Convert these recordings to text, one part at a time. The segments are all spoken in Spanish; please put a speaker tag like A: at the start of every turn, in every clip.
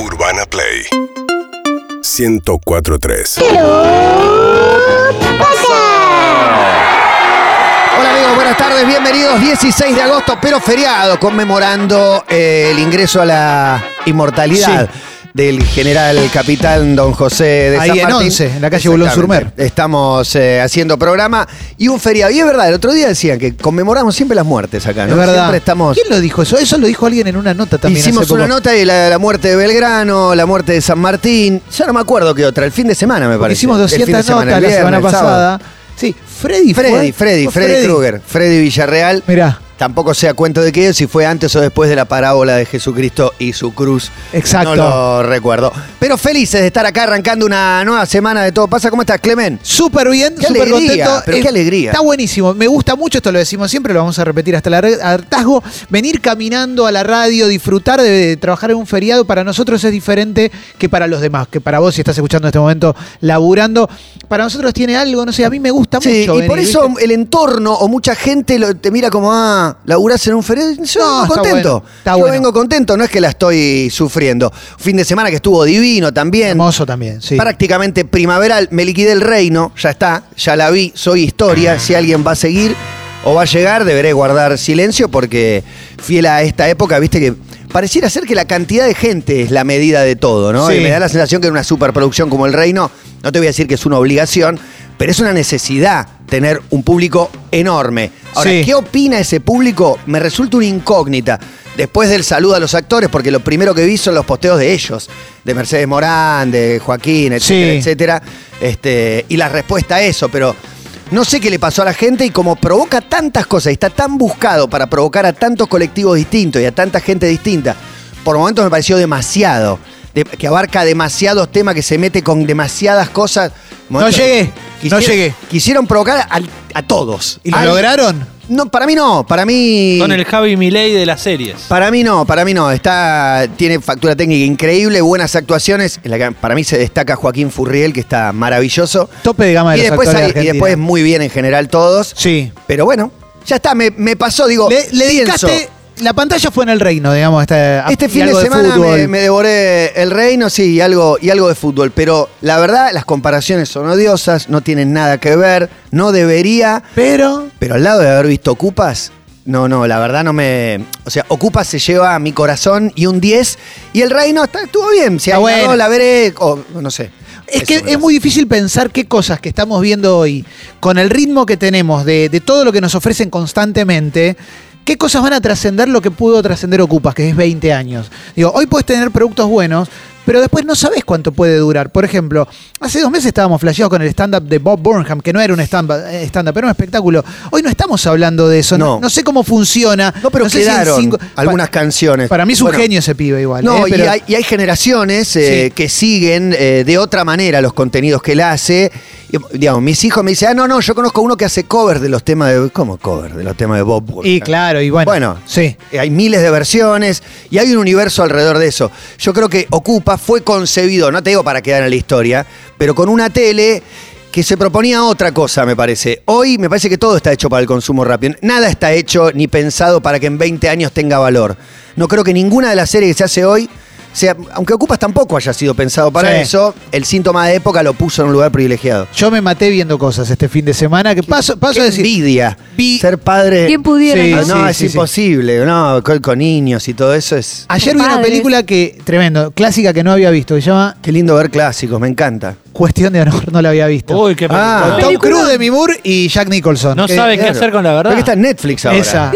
A: Urbana Play 1043.
B: Hola amigos, buenas tardes, bienvenidos. 16 de agosto, pero feriado, conmemorando eh, el ingreso a la inmortalidad del general capitán don José de
C: Ahí
B: San
C: en
B: Martín.
C: 11, en la calle Boulogne
B: Exactamente. Estamos eh, haciendo programa y un feriado. Y es verdad, el otro día decían que conmemoramos siempre las muertes acá, ¿no?
C: Es verdad.
B: Siempre estamos...
C: ¿Quién lo dijo eso? Eso lo dijo alguien en una nota también.
B: Hicimos
C: hace
B: una
C: poco.
B: nota de la, la muerte de Belgrano, la muerte de San Martín. Ya no me acuerdo qué otra, el fin de semana me
C: Porque
B: parece.
C: Hicimos
B: El fin
C: 200
B: de
C: notas
B: semana, el
C: la
B: viernes,
C: semana
B: el sábado.
C: pasada. Sí, Freddy fue.
B: Freddy, Freddy,
C: ¿Fue
B: Freddy Krueger, Freddy Villarreal.
C: Mirá,
B: Tampoco sea cuento de qué, si fue antes o después de la parábola de Jesucristo y su cruz.
C: Exacto.
B: No lo recuerdo. Pero felices de estar acá arrancando una nueva semana de todo. Pasa, ¿cómo estás, Clemen?
C: súper bien,
B: Qué
C: súper
B: alegría,
C: contento.
B: pero
C: Eh,
B: qué alegría.
C: Está buenísimo, me gusta mucho, esto lo decimos siempre, lo vamos a repetir hasta el ar- hartazgo. Venir caminando a la radio, disfrutar de, de trabajar en un feriado, para nosotros es diferente que para los demás, que para vos si estás escuchando en este momento laburando. Para nosotros tiene algo, no sé, a mí me gusta
B: Sí,
C: mucho.
B: y por
C: venir,
B: eso
C: ¿viste?
B: el entorno o mucha gente lo- te mira como, ah, laburás en un feriado. Yo
C: No,
B: vengo
C: está
B: contento.
C: bueno, está
B: Yo
C: bueno.
B: vengo contento, no es que la estoy sufriendo. Fin de semana que estuvo divino también.
C: Hermoso también, sí.
B: prácticamente primaveral. Me liquidé el reino, ya está, ya la vi, soy historia. Si alguien va a seguir o va a llegar, deberé guardar silencio porque fiel a esta época, viste que pareciera ser que la cantidad de gente es la medida de todo, ¿no?
C: Sí.
B: Y me da la sensación que en una superproducción como el reino, no te voy a decir que es una obligación, pero es una necesidad tener un público enorme. Ahora,
C: Sí.
B: ¿qué opina ese público? Me resulta una incógnita. Después del saludo a los actores, porque lo primero que vi son los posteos de ellos, de Mercedes Morán, de Joaquín, etcétera,
C: Sí.
B: etcétera. Este, y la respuesta a eso, pero no sé qué le pasó a la gente y como provoca tantas cosas y está tan buscado para provocar a tantos colectivos distintos y a tanta gente distinta, por momentos me pareció demasiado, de- que abarca demasiados temas, que se mete con demasiadas cosas. Momentos-
C: llegué, no llegué.
B: Quisieron provocar al- a, todos.
C: ¿Y lo
B: Al-
C: lograron?
B: No, para mí no, para mí...
D: Son el Javi Milei de las series.
B: Para mí no, para mí no. Está, tiene factura técnica increíble, buenas actuaciones. En la que para mí se destaca Joaquín Furriel, que está maravilloso.
C: Tope de gama de
B: Y
C: los
B: después,
C: actores
B: hay-
C: de
B: y
C: Argentina.
B: después muy bien en general todos.
C: Sí.
B: Pero bueno, ya está, me, me pasó, digo.
C: Le, le
B: Oh, pienso,
C: dedicaste. La pantalla fue en el reino, digamos. Este,
B: Este
C: y
B: fin de
C: algo
B: semana
C: fútbol.
B: me, me devoré el reino, sí, y algo, y algo de fútbol. Pero la verdad, las comparaciones son odiosas, no tienen nada que ver, no debería.
C: Pero.
B: Pero al lado de haber visto Ocupas, no, no, la verdad no me. O sea, Ocupas se lleva a mi corazón y un 10. Y el Reino está, estuvo bien. Si
C: Está
B: hay una
C: bueno.
B: dos, la veré, o no sé.
C: Es
B: Eso
C: que
B: me
C: es
B: pasa.
C: muy difícil pensar qué cosas que estamos viendo hoy, con el ritmo que tenemos, de, de todo lo que nos ofrecen constantemente, qué cosas van a trascender lo que pudo trascender Ocupas, que es 20 años. Digo, hoy puedes tener productos buenos, pero después no sabes cuánto puede durar. Por ejemplo, hace dos meses estábamos flasheados con el stand-up de Bob Burnham, que no era un stand-up, eh, stand-up, era un espectáculo. Hoy no estamos hablando de eso, no,
B: No.
C: no sé cómo funciona.
B: No, pero
C: sé si en
B: quedaron
C: cinco-
B: algunas
C: pa-
B: canciones.
C: Para mí es un
B: Bueno,
C: genio ese pibe igual.
B: No,
C: eh, pero-
B: y, hay, y hay generaciones eh,
C: Sí.
B: que siguen eh, de otra manera los contenidos que él hace. Y, digamos, mis hijos me dicen, ah, no, no, yo conozco uno que hace cover de los temas de. ¿Cómo cover? De los temas de Bob Burke.
C: y claro, y bueno.
B: Bueno,
C: sí.
B: Eh, Hay miles de versiones y hay un universo alrededor de eso. Yo creo que Ocupa fue concebido, no te digo para quedar en la historia, pero con una tele que se proponía otra cosa, me parece. Hoy me parece que todo está hecho para el consumo rápido. Nada está hecho ni pensado para que en 20 años tenga valor. No creo que ninguna de las series que se hace hoy sea, aunque Ocupas tampoco haya sido pensado para
C: Sí.
B: eso, el síntoma de época lo puso en un lugar privilegiado.
C: Yo me maté viendo cosas este fin de semana que paso, paso a
B: Qué
C: decir.
B: envidia
C: Vi-
B: ser padre.
E: ¿Quién pudiera?
C: Sí,
E: no?
B: Ah, no,
C: sí,
B: es
C: sí, sí.
B: imposible, no, con, con niños y todo eso es.
C: Ayer
E: Con
C: vi una
E: padres.
C: película que, tremendo, clásica que no había visto, que se llama
B: Qué lindo ver clásicos, me encanta.
C: Cuestión de Honor, no la había visto.
D: Uy, qué
B: Ah,
C: Con
D: película.
C: Tom Cruise, Demi Moore y Jack Nicholson.
D: No
C: Que-
D: sabe qué
B: Claro.
D: hacer con la verdad.
B: Pero que está en Netflix ahora.
C: Esa.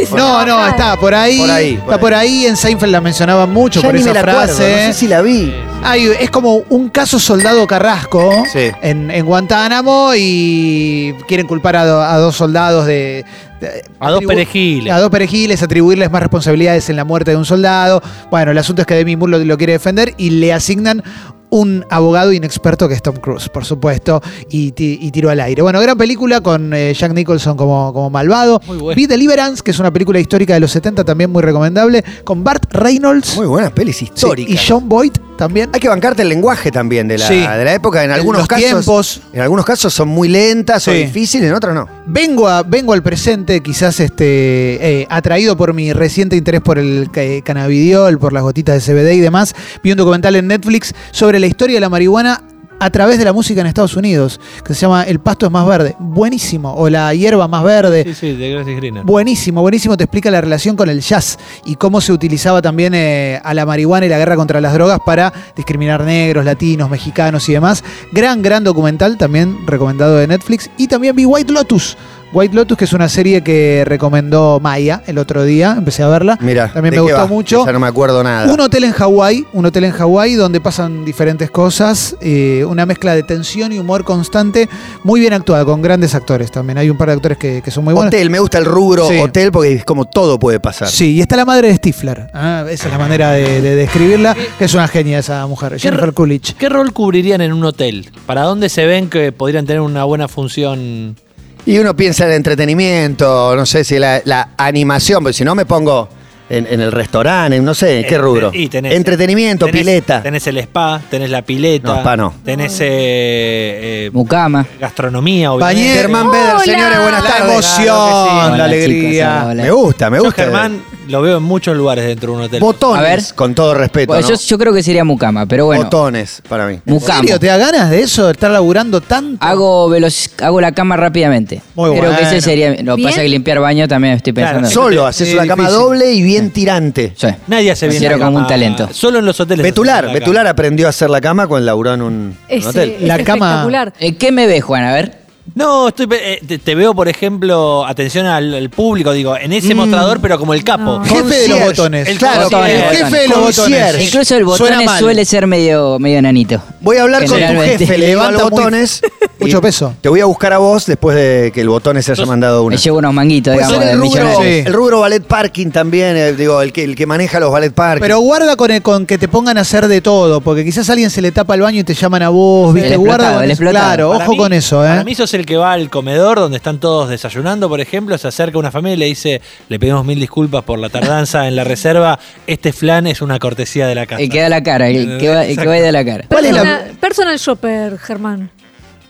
C: No,
B: Bueno,
C: no, está por ahí.
B: Por ahí,
C: está por ahí. En Seinfeld la mencionaban mucho
B: ya
C: por
B: ni
C: esa
B: me la
C: frase.
B: acuerdo, no sé si la vi.
C: Ay, es como un caso soldado Carrasco
B: Sí.
C: en, en Guantánamo y quieren culpar a, do- a dos soldados de... de-
D: A dos
C: atribu-
D: perejiles.
C: A dos perejiles, atribuirles más responsabilidades en la muerte de un soldado. Bueno, el asunto es que Demi Moore lo, lo quiere defender y le asignan un abogado inexperto que es Tom Cruise, por supuesto, y, ti- y tiró al aire. Bueno, gran película con eh, Jack Nicholson como, como malvado.
D: Muy buena.
C: Vi Deliverance, que es una película histórica de los 70, también muy recomendable, con Bart Reynolds.
B: Muy buenas pelis
C: Sí,
B: históricas.
C: y John Boyd también.
B: Hay que bancarte el lenguaje también de la,
C: Sí.
B: de la época. En algunos
C: Los
B: casos.
C: tiempos.
B: En algunos casos son muy lentas o
C: Sí.
B: difíciles, en otros no.
C: Vengo, a, vengo al presente, quizás este, eh, atraído por mi reciente interés por el ca- eh, cannabidiol, por las gotitas de CBD y demás. Vi un documental en Netflix sobre la historia de la marihuana a través de la música en Estados Unidos, que se llama El pasto es más verde. Buenísimo. O la hierba más verde.
D: Sí, sí, de Gracie Greener.
C: Buenísimo, buenísimo. Te explica la relación con el jazz y cómo se utilizaba también eh, a la marihuana y la guerra contra las drogas para discriminar negros, latinos, mexicanos y demás. Gran, gran documental, también recomendado de Netflix. Y también vi White Lotus. White Lotus, que es una serie que recomendó Maya el otro día. Empecé a verla.
B: Mira,
C: también
B: ¿de
C: me
B: qué
C: gustó
B: va?
C: mucho.
B: Ya no me acuerdo nada.
C: Un hotel en Hawái, un hotel en Hawái donde pasan diferentes cosas, eh, una mezcla de tensión y humor constante, muy bien actuada, con grandes actores también. Hay un par de actores que, que son muy buenos.
B: Hotel, me gusta el rubro
C: Sí.
B: hotel porque es como todo puede pasar.
C: Sí, y está la madre de Stifler. Ah, esa es la manera de, de describirla. Que es una genia esa mujer, Jennifer
D: ra-
C: Coolidge.
D: ¿Qué rol cubrirían en un hotel? ¿Para dónde se ven que podrían tener una buena función?
B: Y uno piensa en entretenimiento, no sé si la, la animación, pero si no me pongo en, en el restaurante, en no sé, ¿en qué
D: Eh,
B: rubro?
D: y tenés-
B: entretenimiento,
D: tenés-
B: pileta.
D: Tenés el spa, tenés la pileta.
B: No, spa no.
D: Tenés eh, eh,
A: Mucama.
D: gastronomía, obviamente.
C: Bañero.
B: Germán Beder,
A: Hola.
B: señores, buenas
C: La
B: tardes.
C: emoción,
D: Claro que
A: sí.
C: la
A: Hola,
C: alegría.
A: chicos, hola, hola.
B: Me gusta, me
D: Yo,
B: gusta.
D: Germán, lo veo en muchos lugares dentro de un hotel.
B: Botones,
A: A ver.
B: con todo respeto.
A: Bueno,
B: ¿no?
A: yo, yo creo que sería Mucama, pero bueno.
B: Botones para mí.
C: ¿En
A: Mucama.
C: serio? ¿Te da ganas de eso? de ¿Estar laburando tanto?
A: Hago, veloc- hago la cama rápidamente.
C: Muy
A: Creo
C: bueno.
A: que ese sería. Lo que
E: Bien.
A: pasa es que limpiar baño también estoy
D: Claro,
A: pensando.
B: Solo, haces
C: Sí,
B: una cama
C: difícil.
B: doble y bien tirante.
A: Sí.
D: Nadie hace bien.
A: Considero
D: la
A: como
D: cama.
A: un talento.
D: Solo en los hoteles.
B: Betular,
D: hacen la cama.
B: Betular aprendió a hacer la cama cuando laburó en un
E: Es, eh,
B: hotel.
E: es
C: La cama-
E: espectacular.
A: Eh, ¿Qué me ve, Juan? A ver.
D: No, estoy, pe- eh, te, te veo, por ejemplo, atención al, al público, digo, en ese
B: Mm.
D: mostrador, pero como el capo.
E: No.
C: Jefe de los
B: Concierge.
C: botones.
D: El
B: claro,
A: botones,
C: el jefe de los
B: concierge.
C: botones.
A: Incluso el
C: Suena
A: botón
C: mal.
A: suele ser medio, medio nanito.
B: Voy a hablar con tu
A: Generalmente.
B: jefe, le digo a los
C: Levanta muy-
B: botones. y
C: mucho peso.
B: Te voy a buscar a vos después de que el botones se haya mandado uno.
A: Me llevo unos manguitos,
B: Puede
A: digamos,
B: ser
A: de
B: el rubro,
A: millonarios.
C: Sí.
B: el rubro ballet parking también, eh, digo, el que, el que maneja los ballet parking.
C: Pero guarda con, el- con que te pongan a hacer de todo, porque quizás alguien se le tapa el baño y te llaman a vos, ¿viste?
A: El
C: guarda
A: explotado,
C: con
A: el
C: eso.
A: explotado.
C: Claro,
D: Para
C: ojo
D: mí-
C: con eso, ¿eh?
D: Para mí sos el que va al comedor donde están todos desayunando, por ejemplo, se acerca una familia y le dice, le pedimos mil disculpas por la tardanza en la reserva, este flan es una cortesía de la casa.
A: El que da la cara, el que va, el que va y da la cara.
C: ¿Cuál es la-
E: Persona- Personal shopper, Germán.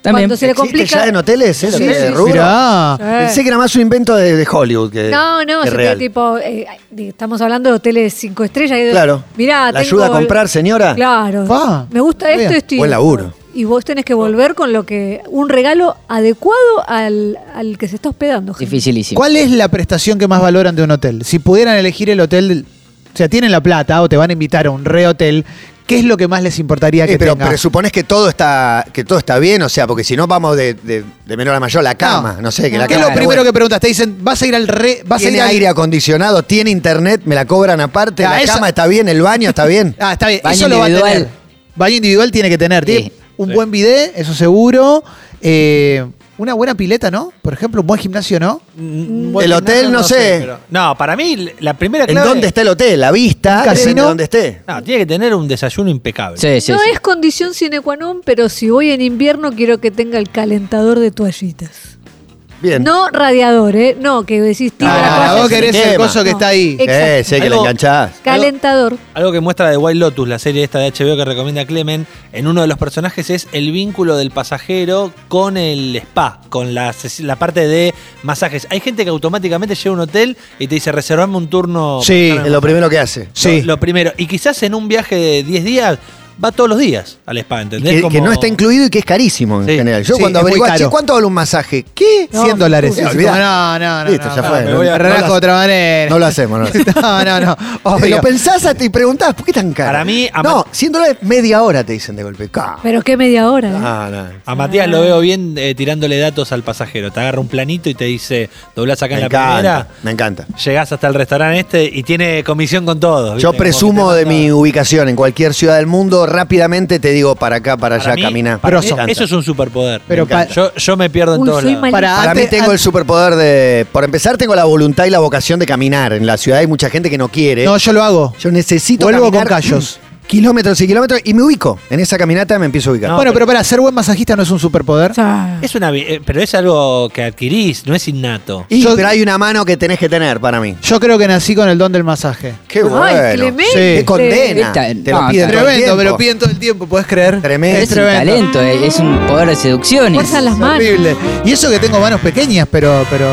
A: También.
E: Cuando se le
B: ¿Existe
E: complica.
B: ya en hoteles eh, lo
C: Sí,
B: que es
C: sí,
B: de
C: sí.
B: rubro?
C: Mirá.
B: Pensé que era más un invento de, de Hollywood que
E: No,
B: que
E: no, si te-
B: Eh, real.
E: tipo, eh, de- estamos hablando de hoteles cinco estrellas. y de-
B: Claro.
E: Mirá,
B: ¿La
E: tengo
B: ayuda a
E: el-
B: comprar, señora?
E: Claro.
C: Pa,
E: Me gusta
C: está
E: esto,
C: bien.
E: esto y
B: Buen
E: esto.
B: laburo.
E: Y vos tenés que volver con lo que. un regalo adecuado al, al que se está hospedando. Germán.
A: Dificilísimo.
C: ¿Cuál es la prestación que más valoran de un hotel? Si pudieran elegir el hotel, del- o sea, tienen la plata o te van a invitar a un rehotel, ¿qué es lo que más les importaría
B: Eh,
C: que
B: pero
C: tenga?
B: presupones que todo está que todo está bien, o sea, porque si no vamos de, de- de menor a mayor la cama, no, sé, que la
A: No.
C: ¿Qué es
B: cama
C: lo
B: está
C: primero
B: buena.
C: que preguntas? Te dicen, vas a ir al re, vas a
B: tiene
C: ir al-
B: aire acondicionado, tiene internet, me la cobran aparte,
C: Ah,
B: la
C: esa-
B: cama está bien, el baño está bien.
C: Ah, está bien,
A: Baño
C: eso lo va a
A: individual.
C: tener. Baño individual tiene que tener,
A: Sí.
C: tiene un
D: Sí.
C: buen bidet, eso seguro, eh, una buena pileta, ¿no? Por ejemplo, un buen gimnasio, ¿no?
D: Mm,
B: El
D: no,
B: hotel, no sé.
D: pero- no, para mí la primera
B: ¿En
D: clave...
B: dónde está el hotel? La vista,
C: ¿Un
B: depende
C: casino?
B: de dónde esté.
D: No, tiene que tener un desayuno impecable.
A: Sí, sí,
E: no
A: sí.
E: es condición sine qua non, pero si voy en invierno quiero que tenga el calentador de toallitas.
B: Bien.
E: No radiador, ¿eh? No, que decís tiro
B: Ah,
E: la
C: Ah,
E: toalla,
C: vos
B: se
C: querés
B: quema.
C: el coso que
E: No.
C: está ahí.
E: Eh,
B: Eh,
E: Exacto.
B: sé que la
D: Algo-
B: enganchás.
E: Calentador.
D: Algo que muestra de Wild Lotus, la serie esta de HBO que recomienda Clemen, en uno de los personajes es el vínculo del pasajero con el spa, con la, ses- la parte de masajes. Hay gente que automáticamente llega a un hotel y te dice, reservame un turno.
C: Sí,
D: para estar en
B: Es lo primero que hace.
C: Sí.
D: Lo, lo primero. Y quizás en un viaje de 10 días va todos los días al spa,
B: Y
D: ¿entendés?
B: Que,
D: Como-
B: que no está incluido y que es carísimo en
D: Sí.
B: general. Yo
C: Sí,
B: cuando
C: es muy
B: averigué,
C: caro.
B: "Che, ¿cuánto vale un masaje? ¿Qué?
C: 100 dólares.
B: sí,
C: es como,
B: olvidá.
C: No, no, no.
B: Listo,
C: no,
B: ya
C: no,
B: fue.
C: me
B: No
C: voy a-
B: lo
C: relajo
B: hace-
C: de otra manera.
B: No lo hacemos, no lo hacemos.
C: No, no, no.
B: Te
C: obvio.
B: lo pensás hasta y preguntás, ¿por qué tan caro?
D: Para mí, a
B: No,
D: Mat-
B: 100 dólares media hora te dicen de golpe. Ca-
E: Pero qué media hora, ¿eh?
B: Ah, no.
D: A Matías lo veo bien eh, tirándole datos al pasajero. Te agarra un planito y te dice, doblás
B: Me
D: acá en la
B: encanta,
D: primera.
B: me encanta.
D: Llegás hasta el restaurante este y tiene comisión con todos.
B: Yo
D: ¿viste? Como que te
B: presumo de
D: manda-
B: mi ubicación en cualquier ciudad del mundo, rápidamente te digo para acá, para,
D: Para
B: allá,
D: mí-
B: camina.
D: para mí
C: Grosso.
D: eso es un superpoder.
C: Pero
D: Me encanta. yo, yo me pierdo en
E: Uy,
D: todos
E: soy
D: lados.
E: malísima.
C: Para-
B: Para mí
C: Antes-
B: tengo el
C: an-
B: superpoder de... Por empezar, tengo la voluntad y la vocación de caminar. En la ciudad hay mucha gente que no quiere.
C: No, yo lo hago.
B: yo necesito
C: Vuelvo
B: caminar
C: con callos.
B: kilómetros y kilómetros y me ubico. En esa caminata me empiezo a ubicar.
D: No,
C: bueno,
D: pero-
C: pero para ser buen masajista no es un superpoder.
E: O sea,
D: Es una, vi- eh, pero es algo que adquirís, no es innato.
B: Y-
C: yo-
B: pero hay una mano que tenés que tener para mí.
C: Yo creo que nací con el don del masaje.
B: Qué
E: Ay,
B: bueno.
E: Clemente.
B: Qué
C: Sí.
B: condena.
A: Esta-
B: Te lo piden
A: no,
B: Ah, todo el
C: Tremendo, me lo
B: tiempo.
C: piden todo el tiempo, ¿puedes creer?
B: Tremendo.
A: es un talento, es, es un poder de seducciones.
E: Fuerza en las
C: Es
E: manos.
C: horrible. Y eso que tengo manos pequeñas, pero, pero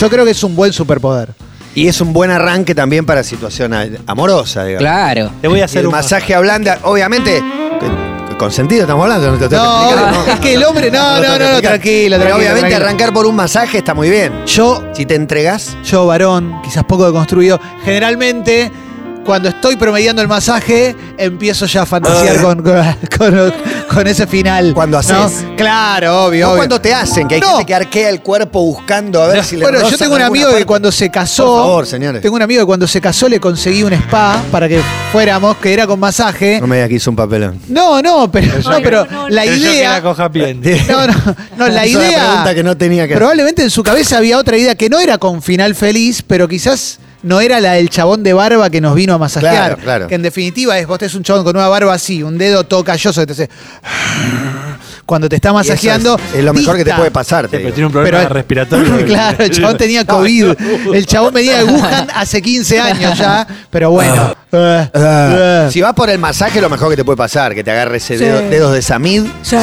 C: yo creo que es un buen superpoder.
B: Y es un buen arranque también para situación a- amorosa, digamos.
A: Claro.
D: Te voy a
B: Y
D: hacer
B: el
D: un
B: masaje ablanda, obviamente, que- con sentido estamos hablando, no te lo tengo
C: No,
B: que explicar,
C: es que el hombre. No, no,
B: tengo que
C: no, no,
B: explicar.
C: tranquilo,
B: Pero
C: tranquilo,
B: obviamente
C: tranquilo.
B: arrancar por un masaje está muy bien.
C: Yo
B: Si te entregas,
C: yo varón, quizás poco deconstruido, generalmente cuando estoy promediando el masaje, empiezo ya a fantasear con, con- con- con ese final.
B: Cuando
C: ¿no?
B: haces.
C: Claro, obvio.
B: no
C: obvio.
B: cuando te hacen, que hay
C: No.
B: gente que arquea el cuerpo buscando a ver
D: No.
B: si le
C: bueno, yo
B: rozan
C: tengo un
B: alguna
C: amigo que
B: parte.
C: cuando se casó.
B: Por favor, señores.
C: Tengo un amigo que cuando se casó le conseguí un spa para que fuéramos, que era con masaje.
B: No me digas que hizo un papelón.
C: No, no, pero, no,
E: Ay,
C: pero
E: no, no,
C: la
D: Pero yo que
C: idea.
D: la coja bien.
C: No, no, no, la
B: Hizo una
C: idea.
B: pregunta que no tenía que hacer.
C: Probablemente en su cabeza había otra idea que no era con final feliz, pero quizás no era la del chabón de barba que nos vino a masajear.
B: Claro, claro.
C: Que en definitiva es, vos tenés un chabón con una barba así, un dedo todo calloso que te hace... Cuando te está
B: Y eso es-
C: masajeando...
B: Es, lo mejor que te
C: dicta.
B: puede pasar.
D: Sí,
B: te
D: pero
B: digo.
D: tiene un problema
C: Pero-
D: respiratorio.
C: claro, el chabón tenía COVID. El chabón venía de Wuhan hace 15 años ya, pero bueno.
B: Ah.
C: Eh, eh.
B: Si vas por el masaje, lo mejor que te puede pasar, que te agarre ese
E: Sí.
B: dedo- dedos de Samid,
E: Sí.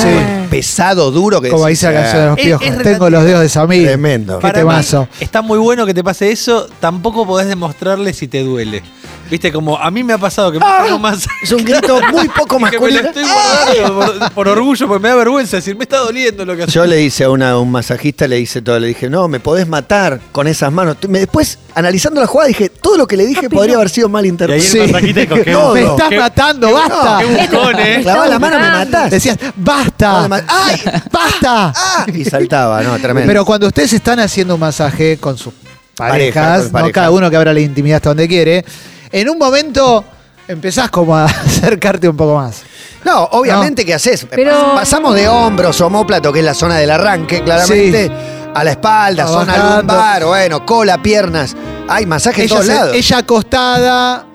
B: pesado, duro, que
C: Como
B: decís,
C: dice la
B: "Ah,
C: canción de los
D: Es-
C: piojos.
D: es
C: Tengo los dedos de Samir.
B: Tremendo.
C: Qué
D: Para
C: temazo.
D: mí, está muy bueno que te pase eso, tampoco podés demostrarle si te duele. Viste, como a mí me ha pasado que me hago un masaje
B: Es un grito muy poco
D: que me lo
B: Ah. masculino.
D: estoy guardando por, por orgullo, porque me da vergüenza decir, me está doliendo lo que haces.
B: Yo le hice a una- un masajista, le hice todo, le dije, no, me podés matar con esas manos. Tú- me- Después, analizando la jugada, dije, todo lo que le dije podría haber sido mal
D: Y ahí el
B: interpretado.
D: masajista dijo, "Qué
B: Todo.
C: Me estás
D: Qué-
C: matando, basta.
D: Qué
E: este
D: buscón, eh.
B: Clavás la mano, me matás.
C: Decías,
B: No,
C: basta.
B: de ma-
C: ¡Ay! ¡Basta!
B: ¡Ah! Y saltaba, no, tremendo.
C: Pero cuando ustedes están haciendo un masaje con sus parejas,
B: Pareja, con
C: ¿no?
B: pareja.
C: cada uno que abra la intimidad hasta donde quiere, en un momento empezás como a acercarte un poco más.
B: no, obviamente que haces.
E: Pero-
B: Pasamos de hombros, homóplato, que es la zona del arranque, claramente,
C: Sí.
B: a la espalda,
C: Va
B: zona
C: bajando.
B: lumbar, bueno, cola, piernas. Hay masaje en
C: Ella,
B: todos
C: se-
B: lados.
C: ella acostada,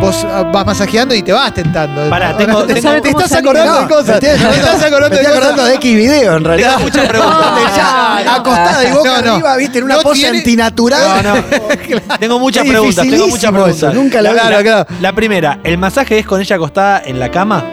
C: vos ah, vas masajeando y te vas tentando.
D: Pará,
C: No,
D: tengo-
C: no, te,
D: tengo-
C: te estás
E: No,
C: acordando
B: No,
C: de cosas.
B: me estoy
C: te estás acordando
B: me estoy
C: de
B: acordando
C: cosas.
B: de X video, en realidad.
D: Tengo muchas
B: Ah,
D: preguntas.
B: ya, acostada y boca
C: No, no.
B: arriba, viste, en una
C: No
B: pose
C: tiene-
B: antinatural.
D: No, no. Tengo muchas
B: Es
D: preguntas, tengo muchas
B: dificilísimo
D: preguntas.
B: eso, nunca lo vi.
D: la, la primera, ¿el masaje es con ella acostada en la cama?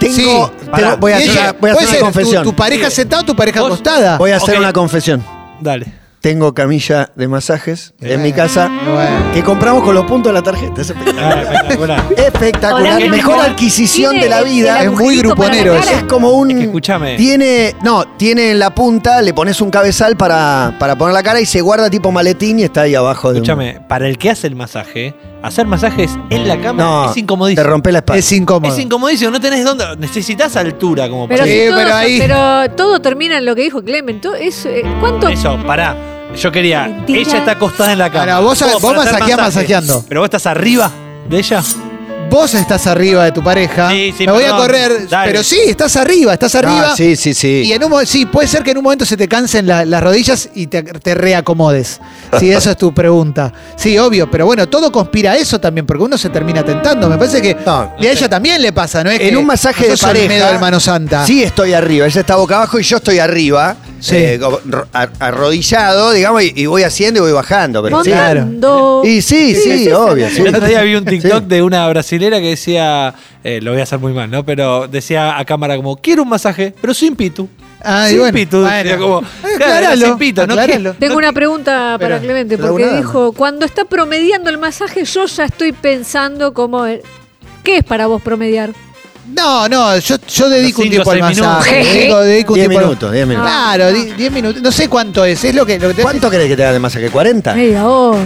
B: Tengo,
C: Sí,
B: te-
D: pará.
B: voy a
C: Y
B: hacer,
C: ella-
B: una, voy a
C: puede
B: hacer una
C: ser tu-
B: confesión.
C: Tu, pareja sentada o tu pareja
D: Vos-
C: acostada.
B: Voy a hacer
D: Ok.
B: una confesión.
D: Dale.
B: Tengo camilla de masajes en
C: Bueno,
B: mi casa
C: bueno.
B: que compramos con los puntos de la tarjeta. Es espectacular.
D: Ah, espectacular.
B: Espectacular.
E: Hola,
B: Mejor
E: Clemente.
B: adquisición
E: Tiene
B: de la
E: el-
B: vida.
E: el
C: Es muy
E: agujerito para la
C: gruponero
E: cara.
B: Es como un.
D: Es que escúchame.
B: Tiene. No, tiene en la punta, le pones un cabezal para, para poner la cara y se guarda tipo maletín y está ahí abajo de. un-
D: Escúchame, para el que hace el masaje, hacer masajes en la cama
B: No,
D: es incomodísimo.
B: te rompe la espalda.
C: Es incómodo.
D: Es incomodísimo, no tenés dónde. Necesitas altura como
E: Pero,
D: para
C: Sí,
E: si todo,
C: pero
E: pero,
C: ahí-
E: todo termina en lo que dijo Clement. Todo eso, eh, ¿Cuánto?
D: Eso, pará. Yo quería.
E: Mentira.
D: Ella está acostada en la cama.
C: Ahora, vos- vos
D: para hacer
C: masajeás
D: masaje.
C: masajeando.
D: Pero vos estás arriba de ella.
C: Vos estás arriba de tu pareja.
D: Sí, sí,
C: Me voy a
D: perdón.
C: correr.
D: Dale.
C: Pero sí, estás arriba, estás
B: No,
C: arriba.
B: Ah, sí, sí, sí.
C: Y en un mo- sí, puede ser que en un momento se te cansen la- las rodillas y te, te reacomodes. Sí, esa es tu pregunta. Sí, obvio, pero bueno, todo conspira a eso también, porque uno se termina tentando. Me parece que
B: No,
C: y a ella también le pasa, ¿no? Es
B: en
C: que
B: un masaje
C: yo
B: de
C: soy
B: pareja.
C: medio hermano santa.
B: Sí, estoy arriba. Ella está boca abajo y yo estoy arriba.
C: Sí.
B: eh, como ro- ar- arrodillado, digamos, y, y voy haciendo y voy bajando. Pero sí.
C: Claro.
E: Montando.
B: pues, Y sí, sí,
E: es esa
B: obvio.
E: la-
B: sí.
D: El otro día vi un TikTok
B: Sí.
D: de una brasilera que decía. eh, lo voy a hacer muy mal, ¿no? Pero decía a cámara como: Quiero un masaje, pero sin pitu.
C: Ah, y
D: sin
C: bueno.
D: pitu. decía
C: Bueno.
D: como,
C: Eh,
D: claro,
C: acláralo,
D: sin pito, no
C: acláralo.
D: quiero-
E: Tengo una pregunta para
C: Espera,
E: Clemente,
B: te la
E: porque
B: hago nada.
E: dijo, cuando está promediando el masaje, yo ya estoy pensando como, el- ¿qué es para vos promediar?
C: No, no, yo, yo dedico un
D: Cinco,
C: tiempo al
D: seis minutos.
C: masaje. dedico, dedico un
B: Diez
C: tiempo al-
B: minutos, diez minutos.
C: Claro, di- 10 minutos. No sé cuánto es. Es lo que, lo que te-
B: ¿Cuánto crees que te haga de masaje? ¿40?
E: Media hora.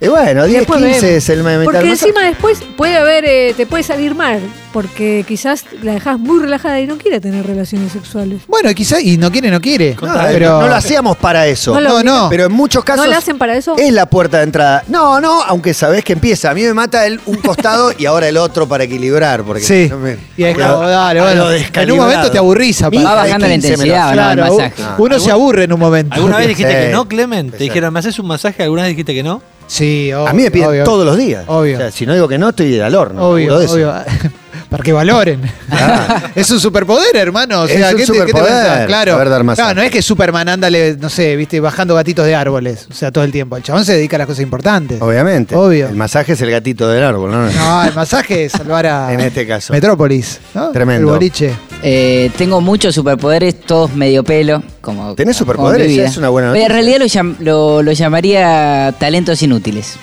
B: Y bueno, 10,
E: Después
B: 15
E: vemos.
B: es el me- mitad
E: Porque
B: del masaje.
E: encima después puede haber, eh, te puede salir mal, porque quizás la dejas muy relajada y no quiere tener relaciones sexuales.
C: Bueno, quizás, y no quiere, no quiere.
B: No,
C: pero,
B: no lo hacíamos para eso.
E: No
C: No,
E: lo-
C: no.
B: Pero en muchos casos
E: ¿No lo hacen para eso?
B: es la puerta de entrada. No, no, aunque sabés que empieza. A mí me mata el, un costado y ahora el otro para equilibrar. Porque
C: Sí.
B: no me-
C: y es
B: quedo
C: como, dale,
B: a lo
C: bueno. En un
B: descalibrado.
C: momento te aburrís,
B: Mi
C: aparte.
B: hija
A: Va
B: de
A: bajando la
B: 15 me lo
A: intensidad,
B: hace.
A: ¿no? El
C: Claro,
A: masaje.
B: Ah.
C: uno se aburre en un momento.
D: ¿Alguna vez dijiste
B: Sí.
D: que no, Clement?
B: Sí.
D: ¿Te dijeron, me haces un masaje? ¿Alguna vez dijiste que no?
C: Sí, obvio.
B: a mí me piden
C: obvio.
B: todos los días.
C: Obvio.
B: O sea, si no digo que no, estoy al horno.
C: Obvio,
B: seguro de eso.
C: obvio. Para que valoren.
B: Ah.
C: es un superpoder, hermano. O sea,
B: Es un
C: ¿qué te- ¿qué te,
B: superpoder,
C: pensás? Claro.
B: saber dar más
C: no,
B: arte.
C: no es que Superman ándale, no sé, viste, bajando gatitos de árboles. O sea, todo el tiempo. El chabón se dedica a las cosas importantes.
B: Obviamente.
C: Obvio.
B: El masaje es el gatito del árbol, ¿no?
C: No, el masaje es salvar a.
B: En este caso.
C: Metrópolis. ¿no?
B: Tremendo.
C: El boliche.
A: Eh, tengo muchos superpoderes, todos medio pelo. Como,
B: ¿Tenés
A: como
B: superpoderes?
A: mi vida.
B: Ya es una buena
A: Pero en
B: noticia.
A: realidad lo, llam- lo- lo llamaría talentos inútiles.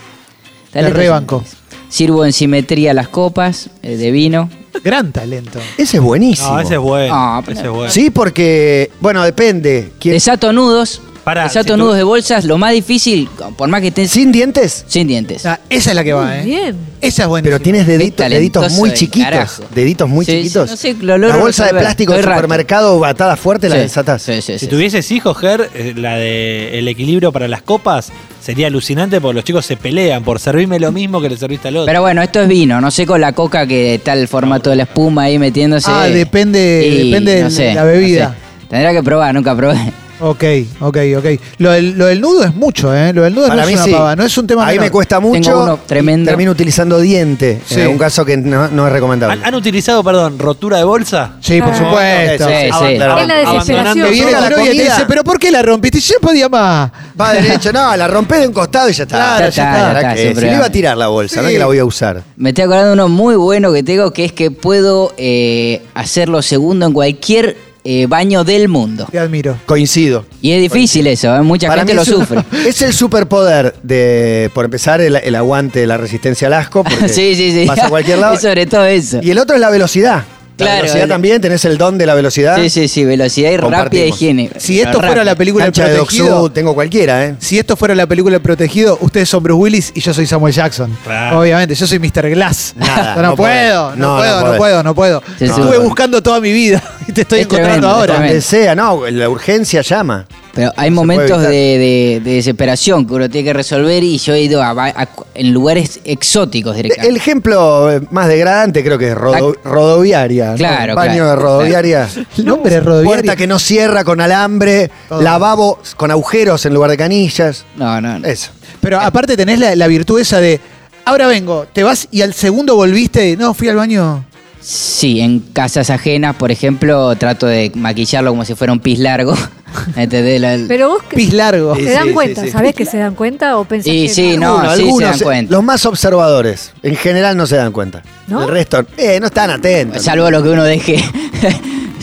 C: rebanco.
A: inútiles. Sirvo en simetría las copas eh, de vino.
C: Gran talento.
B: Ese es buenísimo.
D: No, ese es bueno.
A: Ah, pero-
D: ese es bueno.
B: Sí, porque, bueno, depende. ¿Quién-
A: Desato nudos.
D: Pará,
A: desato
D: si tú-
A: nudos de bolsas. Lo más difícil, por más que estés
B: ¿Sin dientes?
A: sin dientes.
C: Ah, esa es la que va,
E: Muy
C: ¿eh?
E: bien.
C: Esa es buena.
B: Pero tienes
A: Qué
B: deditos, deditos muy
A: talentoso
B: chiquitos.
A: del carajo.
B: Deditos muy
A: Sí, sí,
B: chiquitos.
A: no sé, lo logro
B: la bolsa de
A: resolver.
B: plástico del
A: Estoy rato.
B: supermercado atada fuerte la
A: Sí,
B: desatás.
A: sí, sí,
D: Si
A: sí.
D: tuvieses hijos, Ger, eh, la de el equilibrio para las copas sería alucinante porque los chicos se pelean por servirme lo mismo que le serviste al otro.
A: Pero bueno, esto es vino, no sé con la coca que está el formato de la espuma ahí metiéndose.
C: Ah, depende- depende de la bebida.
A: Tendrá que probar, nunca probé.
C: Ok, ok, ok. Lo del, lo del nudo es mucho, ¿eh? Lo del nudo
B: Para
C: no
B: mí
C: es una
B: sí.
C: pava, no es un tema
B: Ahí
C: menor.
B: me cuesta mucho.
A: uno tremendo.
B: y Termino utilizando diente.
C: Sí. Ah,
B: En algún caso que no, no es recomendable.
D: ¿Han, han utilizado, perdón, rotura de bolsa?
C: Sí, por
E: Ah,
C: supuesto.
A: Sí, sí,
D: Aban-
A: claro.
E: Es la
D: abandonando-
E: desesperación.
C: Te viene
B: Llega
C: la
B: la
C: novia y te
B: comida.
C: dice, pero ¿por qué la rompiste? Yo podía más.
B: Va derecho, no, la rompé de un costado y ya está.
A: Claro, Ya ya está, está. ya está,
B: ¿Para qué?
A: siempre
B: Si le iba a
A: vale.
B: tirar la bolsa,
C: Sí.
B: no es que la voy a usar.
A: Me estoy acordando de uno muy bueno que tengo, que es que puedo eh, hacerlo segundo en cualquier eh, baño del mundo.
C: Te admiro.
B: Coincido.
A: Y es difícil eso, ¿eh? mucha gente lo
B: es un-
A: sufre.
B: Es el superpoder de, por empezar, el, el aguante, la resistencia al asco. porque
A: sí, sí, sí.
B: Vas a cualquier lado.
A: Es sobre todo eso.
B: Y el otro es la velocidad.
A: Claro,
B: la velocidad
A: el-
B: también, tenés el don de la velocidad.
A: Sí, sí, sí, velocidad y rápida
B: Compartimos.
A: higiene.
C: Si esto fuera la película El
B: Cancha de
C: Protegido,
B: Doxud, tengo cualquiera, ¿eh?
C: si esto fuera la película El Protegido, ustedes son Bruce Willis y yo soy Samuel Jackson.
D: Claro.
C: Obviamente, yo soy Mr. Glass.
B: Nada,
C: no,
B: no
C: puedo,
B: podés.
C: no,
B: No,
C: puedo,
B: no
C: no
B: podés.
C: puedo, no puedo.
A: Sí,
C: Estuve
A: sí.
C: buscando toda mi vida y te estoy
A: Es
C: encontrando
A: tremendo,
C: ahora.
A: tremendo.
B: Donde sea, no, la urgencia llama.
A: Pero hay
B: No se
A: momentos
B: puede
A: de, de- de desesperación que uno tiene que resolver y yo he ido a, ba- a cu- en lugares exóticos directamente.
B: El ejemplo eh, más degradante creo que es rodo- rodoviaria. ¿no?
A: Claro,
B: Baño
A: claro,
B: de rodoviaria.
C: El nombre es Rodoviario.
B: Puerta que no cierra con alambre,
C: Todo.
B: lavabo con agujeros en lugar de canillas.
A: No, no, no.
B: Eso.
C: Pero aparte tenés la, la virtud esa de, ahora vengo, te vas y al segundo volviste, y, no, fui al baño.
A: Sí, en casas ajenas, por ejemplo, trato de maquillarlo como si fuera un pis largo. ¿Entendés? La-
E: Pero vos que-
C: Pis largo.
E: te
B: Sí,
E: dan
B: sí,
E: cuenta,
B: sí, sí.
E: ¿sabés que se dan cuenta o pensás
A: Y
E: que
A: sí, no,
B: Algunos,
A: sí se
B: algunos,
A: dan
B: eh,
A: cuenta.
B: Los más observadores, en general no se dan cuenta.
E: ¿No?
B: El resto, eh, no están atentos.
A: salvo lo que uno deje.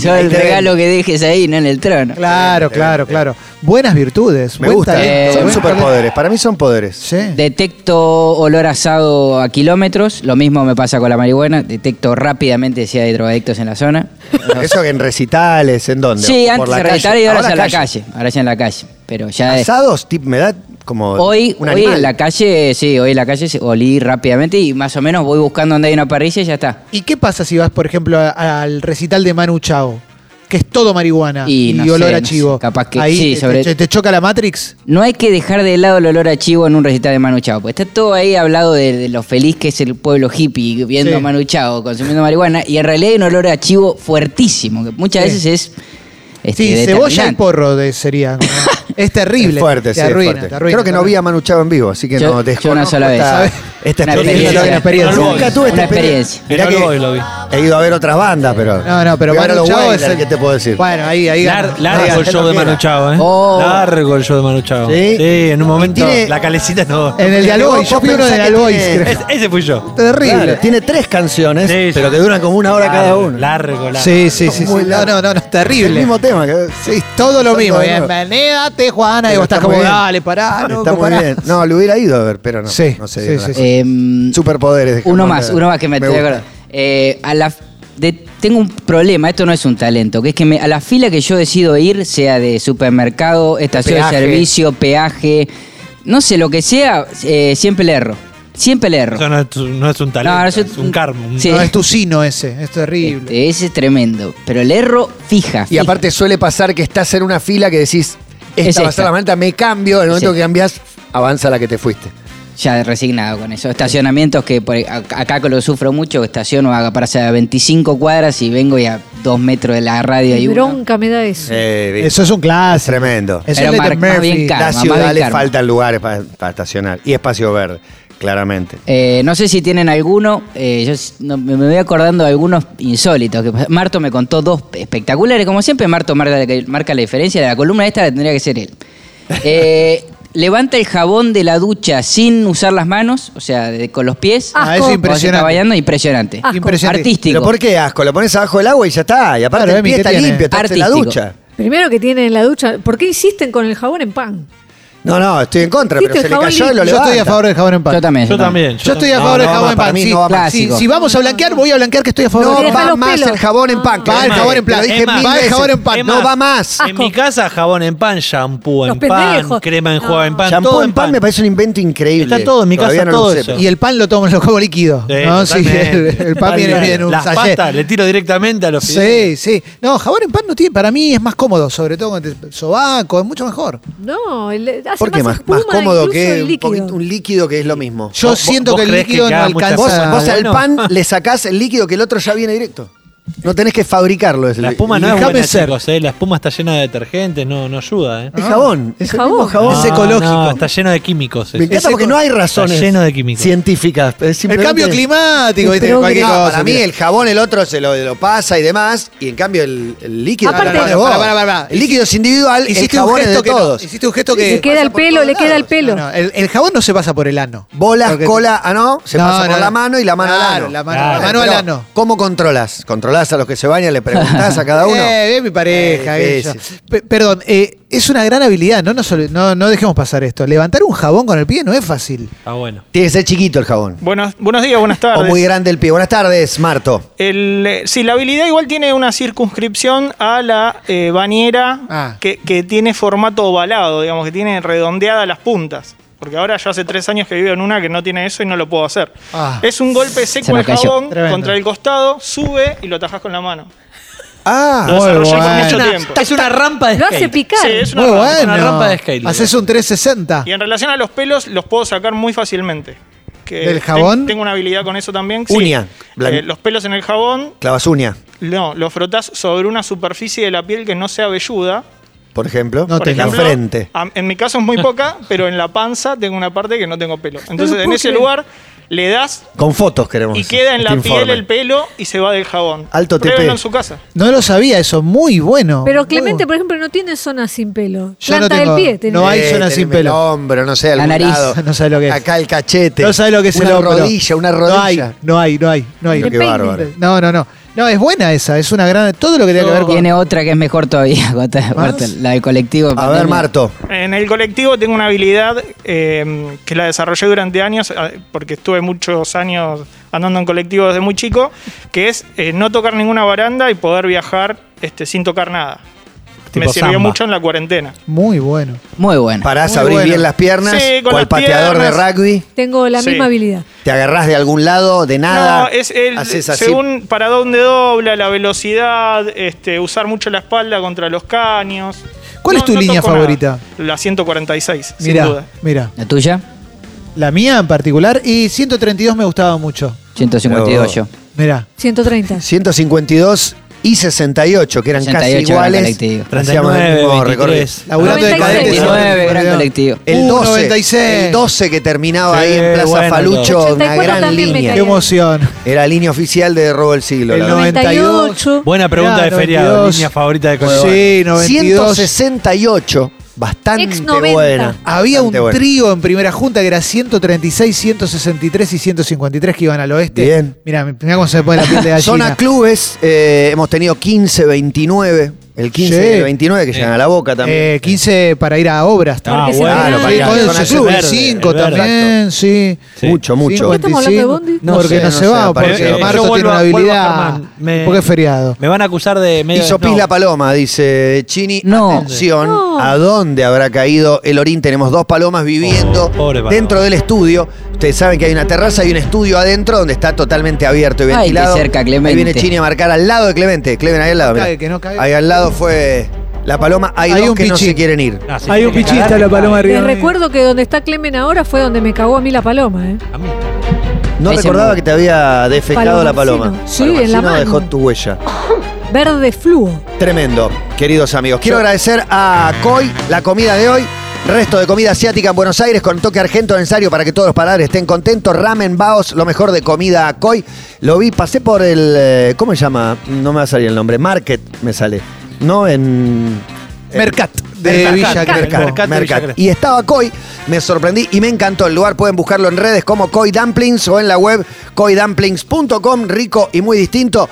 A: Yo
B: Ahí
A: el
B: te
A: regalo que dejes ahí, no en el trono.
C: Claro, claro, claro. Buenas virtudes.
B: Me
C: buen
B: gusta,
A: eh,
C: talento,
B: son
C: buen
B: superpoderes. Para mí son poderes.
C: talento. Sí.
A: Detecto olor asado a kilómetros, lo mismo me pasa con la marihuana, detecto rápidamente si hay drogadictos en la zona.
B: Eso que en recitales, ¿en dónde?
A: Sí,
B: Por
A: antes
B: la
A: se
B: calle.
A: retirar y ahora, ya en la calle. Ahora ya en la calle. Pero ya es-
B: Asados, tip, me da como
A: Hoy,
B: un
A: hoy
B: animal.
A: en la calle, sí, hoy en la calle se- olí rápidamente y más o menos voy buscando donde hay una parrilla y ya está.
C: ¿Y qué pasa si vas, por ejemplo, a- al recital de Manu Chao? Que es todo marihuana y,
A: Y no sé,
C: olor a
A: no sé,
C: chivo.
A: capaz que-
C: Ahí
A: sí,
C: te,
A: sobre-
C: te- te choca la Matrix.
A: No hay que dejar de lado el olor a chivo en un recital de Manu Chao, porque está todo ahí hablado de, de lo feliz que es el pueblo hippie viendo
C: Sí.
A: a Manu Chao, consumiendo marihuana, y en realidad hay un olor a chivo fuertísimo, que muchas
C: Sí.
A: veces es... este,
C: sí, cebolla y
A: determinante.
C: porro de, sería. ¿no? es terrible.
B: Es fuerte,
C: te
B: sí, es
C: arruina,
B: fuerte.
C: te arruina,
B: Creo que
C: te
B: no vi
C: arruina.
B: a Manu Chao en vivo, así que
A: Yo-
B: no
A: yo
B: desconozco
A: una sola
B: esta,
A: vez.
B: esta
A: Una
B: experiencia.
A: experiencia.
C: Una
B: Nunca tuve esta
A: experiencia.
B: experiencia.
D: En
B: Mirá
D: All
B: que
D: Boys lo vi.
B: He ido a ver otras bandas, pero.
C: No, no, pero
B: Fui a ver a
C: Manu
B: los
C: Chao es
B: Wailers,
C: el
B: ¿Qué te puedo decir?
C: Bueno, ahí, ahí.
D: Lar-
C: gana. Ah,
D: largo
B: no,
D: el show de
B: mira.
D: Manu Chao, ¿eh?
A: Oh.
D: Largo el show de Manu Chao.
B: ¿Sí?
D: en un momento.
B: tiene-
D: La calecita no.
C: En el de Alboy, yo
B: Yo
C: fui uno
B: pensé
C: de
B: que
C: Alboy.
B: tiene-
C: creo.
D: Es- ese fui yo.
C: Terrible.
B: Claro, tiene tres canciones,
D: Sí, sí.
B: pero que duran como una hora cada
D: Largo,
B: una.
D: Largo, largo.
C: Sí, sí, sí. sí.
B: Muy
C: No,
B: largo.
C: no, no, no,
B: el
C: terrible.
B: mismo tema. Que,
C: Sí, todo lo
B: Todo
C: mismo.
B: de nuevo.
C: Bienvenidate, Juana. Y
B: Pero
C: vos estás
B: está muy
C: como,
B: bien.
C: dale, pará, no,
B: está muy bien. No, lo hubiera ido a ver, pero no.
C: Sí,
B: no se
C: sí,
B: dieron
C: sí,
B: las
C: sí.
A: Em,
B: cosas. Superpoderes. de
A: Uno
B: Germán
A: más,
B: Beder.
A: uno más que me, estoy
B: gusta.
A: de acuerdo. Eh, a la, de- tengo un problema, esto no es un talento, que es que me- a la fila que yo decido ir, sea de supermercado, estación
B: Peaje.
A: de servicio, peaje, no sé, lo que sea, eh, siempre le erro. Siempre le erro.
D: Eso no es, no es un talento,
A: No, no
D: es,
A: es
D: un,
A: un-
D: karma. un-
A: Sí.
C: No, es tu sino ese, es terrible.
A: Este, ese es tremendo. Pero el erro fija.
B: Y
A: fija.
B: aparte suele pasar que estás en una fila que decís, esta
A: Es
B: va a
A: esta.
B: ser la maleta, me cambio, en el momento
A: Sí.
B: que cambias, avanza la que te fuiste.
A: Ya resignado con eso. Estacionamientos que por- a- acá que lo sufro mucho, estaciono haga para hacer 25 cuadras y vengo y a dos metros de la radio y
E: Qué
A: uno.
E: bronca me da eso.
B: Eh, viste,
C: Eso es un
B: es
C: clásico.
B: tremendo.
C: Es
A: este. Pero
C: el Letter
A: Mark- más
C: Murphy.
A: bien Karma,
B: la
A: más
B: ciudad
A: bien
B: le
A: Karma.
B: faltan lugares para, para estacionar y espacio verde, claramente.
A: Eh, no sé si tienen alguno, eh, yo s- no- me me voy acordando de algunos insólitos. Que pas- Marto me contó dos espectaculares, como siempre Marto marca, la- marca la diferencia, de la columna esta la tendría que ser él. Eh, levanta el jabón de la ducha sin usar las manos, o sea, de- con los pies.
E: Ah,
C: Ah, eso es
A: Cuando se está
C: impresionante.
A: bañando, impresionante.
E: Asco.
C: Impresionante.
A: Artístico.
B: Pero ¿por qué asco? Lo pones abajo del agua y ya está. Y aparte
C: Claro,
B: el
C: Emi,
B: pie
C: ¿qué
B: está
C: tiene?
B: limpio, está en la
A: Artístico.
B: ducha.
E: Primero que tienen en la ducha, ¿por qué insisten con el jabón en pan?
B: No, no, estoy en contra, pero se
E: Viste,
B: le
E: el jabón
B: cayó y lo
C: Yo estoy a
B: levanta.
C: favor del jabón en pan.
A: Yo también.
D: Yo también.
C: Yo estoy a
B: No,
C: favor del
B: no va
C: jabón en
B: para
C: pan.
B: mí,
C: Sí,
B: no va
C: sí,
A: para
C: si,
A: mí.
C: vamos a blanquear, voy a blanquear que estoy a favor
B: No,
E: Le
C: del
E: deja
B: va
E: los
B: más
E: pelos.
B: el jabón en pan.
E: Ah.
B: que
C: Va el
B: no
C: jabón
B: es.
C: en plan.
B: Lo dije
C: Es más,
B: mil
C: va el
B: veces.
C: jabón en pan.
D: Es
B: No va más.
D: En mi casa, jabón en pan, shampoo
E: Los
D: en pan,
E: pendejos.
D: crema enjuaga en pan,
B: Shampoo
D: todo
B: en pan me parece un invento increíble.
D: Está todo en mi casa,
B: Todavía no lo
D: todo
B: sé,
D: eso.
B: pero-
C: Y el pan lo tomo, lo como líquido.
D: Sí,
C: ¿no? Sí,
D: totalmente.
C: el, el pan viene
D: Totalmente.
C: bien en un
D: Las
C: sachet.
D: pastas le tiro directamente a los
C: Sí, sí. No, jabón en pan no tiene, para mí es más cómodo, sobre todo con el sobaco, es mucho mejor.
E: No, el- eh, hace
B: ¿Por qué
E: más,
B: más, más
E: espuma
B: cómodo
E: incluso
B: que
E: el
B: un,
E: líquido.
B: poquito- un líquido que es lo mismo?
C: Yo
D: ¿Vos-
C: siento
D: vos
C: que el
D: creés que
C: líquido no
D: queda mucha
C: alcanza.
B: Vos, vos al
D: Ah, bueno.
B: pan le sacás el líquido que el otro ya viene directo. No tenés que fabricarlo. Es
D: La
B: el-
D: espuma no es
B: el
C: Déjame
D: buena,
C: ser.
D: chicos, eh. La espuma está llena de detergentes, no, no ayuda, eh.
B: Es jabón. Es el
E: Jabón.
B: mismo jabón.
C: Es
D: No,
C: ecológico.
D: no, está lleno de químicos.
B: Me
D: eso.
B: encanta porque no hay razones
D: Está lleno de químicos.
B: científicas. Es
C: El
B: simplemente-
C: cambio climático, ¿viste?
B: Pero
C: cualquier
B: no,
C: cosa.
B: para mí
C: mira.
B: el jabón el otro se lo, lo pasa y demás, y en cambio el, el líquido... Ah,
E: Aparte-
B: no lo pones vos.
C: Pará, pará, pará.
B: El líquido es individual, el
C: hiciste un
B: jabón es
C: gesto
B: de
C: que no,
B: todos.
C: Hiciste un gesto que.
E: le queda el
B: pasa por
E: pelo,
B: todos
E: le queda el
B: lados.
E: pelo.
C: No, no, el, el jabón no se pasa por el ano.
B: Bolas,
C: Porque-
B: cola, ah, no, se
C: No,
B: pasa por
C: no,
B: la
C: no.
B: mano y la mano
C: Claro,
B: al ano.
C: la mano,
D: Claro.
C: la mano al
B: Pero,
C: ano.
B: ¿Cómo controlas? ¿Controlás a los que se bañan? ¿Le preguntás a cada uno?
C: Eh, ve mi pareja.
B: Eh,
C: ve
B: eh,
C: yo.
B: sí.
C: Pe- perdón, eh, es una gran habilidad. No, nos olvi- no, no dejemos pasar esto. Levantar un jabón con el pie no es fácil.
D: Está bueno.
B: Tiene que ser chiquito el jabón.
F: Buenos, buenos días, buenas
B: O
F: tardes.
B: muy grande el pie. Buenas tardes, Marto.
F: El, eh, sí, la habilidad igual tiene una circunscripción a la eh, bañera
C: Ah.
F: que, que tiene formato ovalado, digamos, que tiene redondeadas las puntas. Porque ahora yo hace tres años que vivo en una que no tiene eso y no lo puedo hacer.
C: Ah.
F: Es un golpe
A: Se
F: seco
A: me
F: al
A: cayó.
F: jabón
C: Tremendo.
F: contra el costado, sube y lo tajás con la mano.
B: Ah,
F: Lo desarrollé por
C: bueno.
F: mucho tiempo.
D: Es una rampa de
E: Lo hace
D: skate.
E: picar.
F: Sí, es una
C: Muy
F: rampa.
C: bueno.
D: una rampa de skate.
C: Haces un 360.
F: Y en relación a los pelos, los puedo sacar muy fácilmente. Que
C: ¿Del
F: ten-
C: jabón?
F: Tengo una habilidad con eso también. sí.
B: Uña, blan-
F: Eh, los pelos en el jabón,
B: clavasuña,
F: no, los frotás sobre una superficie de la piel que no sea velluda.
B: por ejemplo.
C: No
F: Por
C: tengo.
F: ejemplo,
B: La frente.
F: a- en mi caso es muy poca, pero en la panza tengo una parte que no tengo pelo. Entonces
E: lo
F: en
E: puedo
F: ese
E: creer.
F: lugar le das
B: Con fotos queremos.
F: y queda en la
B: este
F: piel
B: informe.
F: el pelo y se va del jabón.
B: Alto TP.
F: Pruébenlo en su casa.
C: No lo sabía eso. Muy bueno. Uh.
E: Pero
B: Uh.
E: Clemente,
C: Muy
E: por ejemplo, no tiene zona sin pelo.
C: Yo no
E: Planta
C: tengo-
E: del pie. tiene.
C: no hay-
B: Eh,
C: zona sin
B: teneme
C: pelo.
B: El hombro, no sé, algún
A: nariz.
B: lado.
C: No sabe lo que es.
B: Acá el cachete.
C: bueno. no sabes lo que es
B: una
C: el hombro.
B: rodilla, una
C: No hay,
B: rodilla.
C: no hay, no hay. No, hay.
E: Qué
B: Qué
E: peine.
B: bárbaro.
C: no, no, no. No, es buena esa. Es una gran. Todo lo que tiene que ver con.
A: Tiene otra que es mejor todavía, Gota- Gota, la del colectivo.
B: A ver, Marto.
F: En el colectivo tengo una habilidad eh, que la desarrollé durante años, eh, porque estuve muchos años andando en colectivo desde muy chico, que es eh, no tocar ninguna baranda y poder viajar este, sin tocar nada.
D: Tipo
F: Me sirvió
D: samba.
F: mucho en la cuarentena.
C: Muy bueno.
A: Muy buena.
B: Parás,
C: Muy
B: abrís
C: bueno.
B: bien las piernas.
F: Sí, con
B: cual
F: las
B: pateador de
F: piernas.
B: rugby.
E: Tengo la
F: Sí.
E: misma habilidad.
B: Te agarrás de algún lado, de nada.
F: No, es el,
B: Haces así.
F: según para dónde dobla, la velocidad, este, usar mucho la espalda contra los caños.
C: ¿Cuál es tu línea
F: toco
C: favorita?
F: nada. La 146, sin
C: Mira,
F: duda.
C: mira.
A: ¿La tuya?
C: La mía en particular y 132 me gustaba mucho.
A: 152 yo.
C: Mira.
E: 130.
B: 152 y 68, que eran
A: 68
B: casi
A: era el
B: iguales.
A: colectivo.
B: Hacíamos el
D: 39,
B: mismo
D: 23.
B: recorrido.
C: Laburante de
E: 96.
C: cadete,
A: 29,
C: perdón.
A: gran colectivo.
B: El
C: Uh,
B: 12,
C: 96.
B: el 12 que terminaba ahí en
D: Sí,
B: Plaza
D: bueno,
B: Falucho, una
E: 84
B: gran
E: también me
B: línea.
C: Qué emoción.
B: Era línea oficial de Robo del Siglo.
C: El
B: la verdad.
E: 98.
D: Buena pregunta
C: Mirá,
D: de feriado.
C: 92.
D: Línea favorita de colectivo.
C: Sí, 92.
B: 168, bastante
E: Ex 90.
B: buena.
C: Había un
B: Bastante buena.
C: trío en primera junta que era 136, 163 y 153 que iban al oeste.
B: Bien.
C: Mira, mira cómo se me pone la piel de gallina.
B: Zona clubes, eh, hemos tenido 15, 29. El 15
C: Sí.
B: y el 29 que llegan a la boca también.
C: Eh, 15 para ir a obras
D: Ah,
C: también.
E: Porque se
D: bueno,
E: van.
B: claro, para ir a
C: Sí,
B: la
C: con
B: zona
C: el club,
D: verde,
C: el 5
D: el verde.
C: también, Eh, sí.
D: Sí.
B: Mucho, mucho.
E: ¿Por qué estamos hablando de Bondi?
C: No porque
B: sé,
C: no,
B: no
C: se
B: sé,
C: va,
B: parece
C: porque
B: que no.
C: Marto
D: Yo
C: tiene
D: vuelvo-
C: una
D: vuelvo
C: habilidad.
D: a Germán. Me-
C: Porque es feriado.
D: Me van a acusar de medio.
B: Hizo
D: no.
B: pis la paloma, dice Chini.
A: No.
B: Atención,
E: No.
B: ¿a dónde habrá caído el orín? Tenemos dos palomas viviendo
D: Oh, pobre paloma.
B: dentro del estudio. Ustedes saben que hay una terraza y un estudio adentro donde está totalmente abierto y
A: Ay, qué
B: ventilado.
A: cerca, Clemente.
B: Ahí viene Chini a marcar al lado de Clemente. Clemente, ahí al lado.
C: No
B: mirá.
C: cae, que no cae.
B: Ahí al lado fue la paloma. Hay,
C: Hay
B: dos
C: un
B: que no
C: pichín.
B: se quieren ir.
D: Ah, sí,
G: Hay un
D: tiene que
G: pichista
D: cagar.
G: la paloma
E: Les
G: arriba.
E: recuerdo que donde está Clemen ahora fue donde me cagó a mí la paloma, ¿eh?
D: A mí.
B: No
A: Ahí se
B: recordaba
A: mueve.
B: que te había defecado la paloma.
E: Palomarcino. Sí, en la
B: Palomarcino
E: mano.
B: dejó tu huella.
E: verde fluo.
B: Tremendo, queridos amigos. Quiero agradecer a Coy la comida de hoy. Resto de comida asiática en Buenos Aires con toque argento densario para que todos los paladares estén contentos. Ramen baos, lo mejor de comida Coy. Lo vi, pasé por el. eh, ¿Cómo se llama? No me va a salir el nombre. Market me sale. No en. en-
C: Mercat de
B: Mercat,
C: Villa
B: Eh, Mercat,
C: Crespo.
B: Mercat,
D: Mercat de Villa
B: Mercat.
D: Crespo.
B: Y estaba Coy, me sorprendí y me encantó el lugar. Pueden buscarlo en redes como Coy Dumplings o en la web coydumplings.com, rico y muy distinto.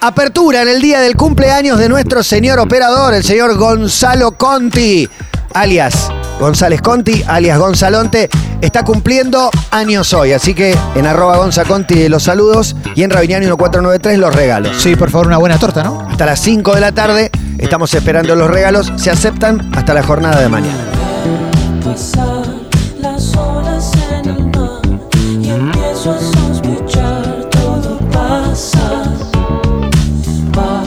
B: Apertura en el día del cumpleaños de nuestro señor operador, el señor Gonzalo Conti, alias González Conti, alias Gonzalonte, está cumpliendo años hoy. Así que en arroba Gonza Conti los saludos y en Rabiniano 1493 los regalos.
C: Sí, por favor, una buena torta, ¿no?
B: Hasta las 5 de la tarde estamos esperando los regalos. Se aceptan hasta la jornada de mañana.
G: pasar las olas en el mar y empiezo a sospechar todo pasa para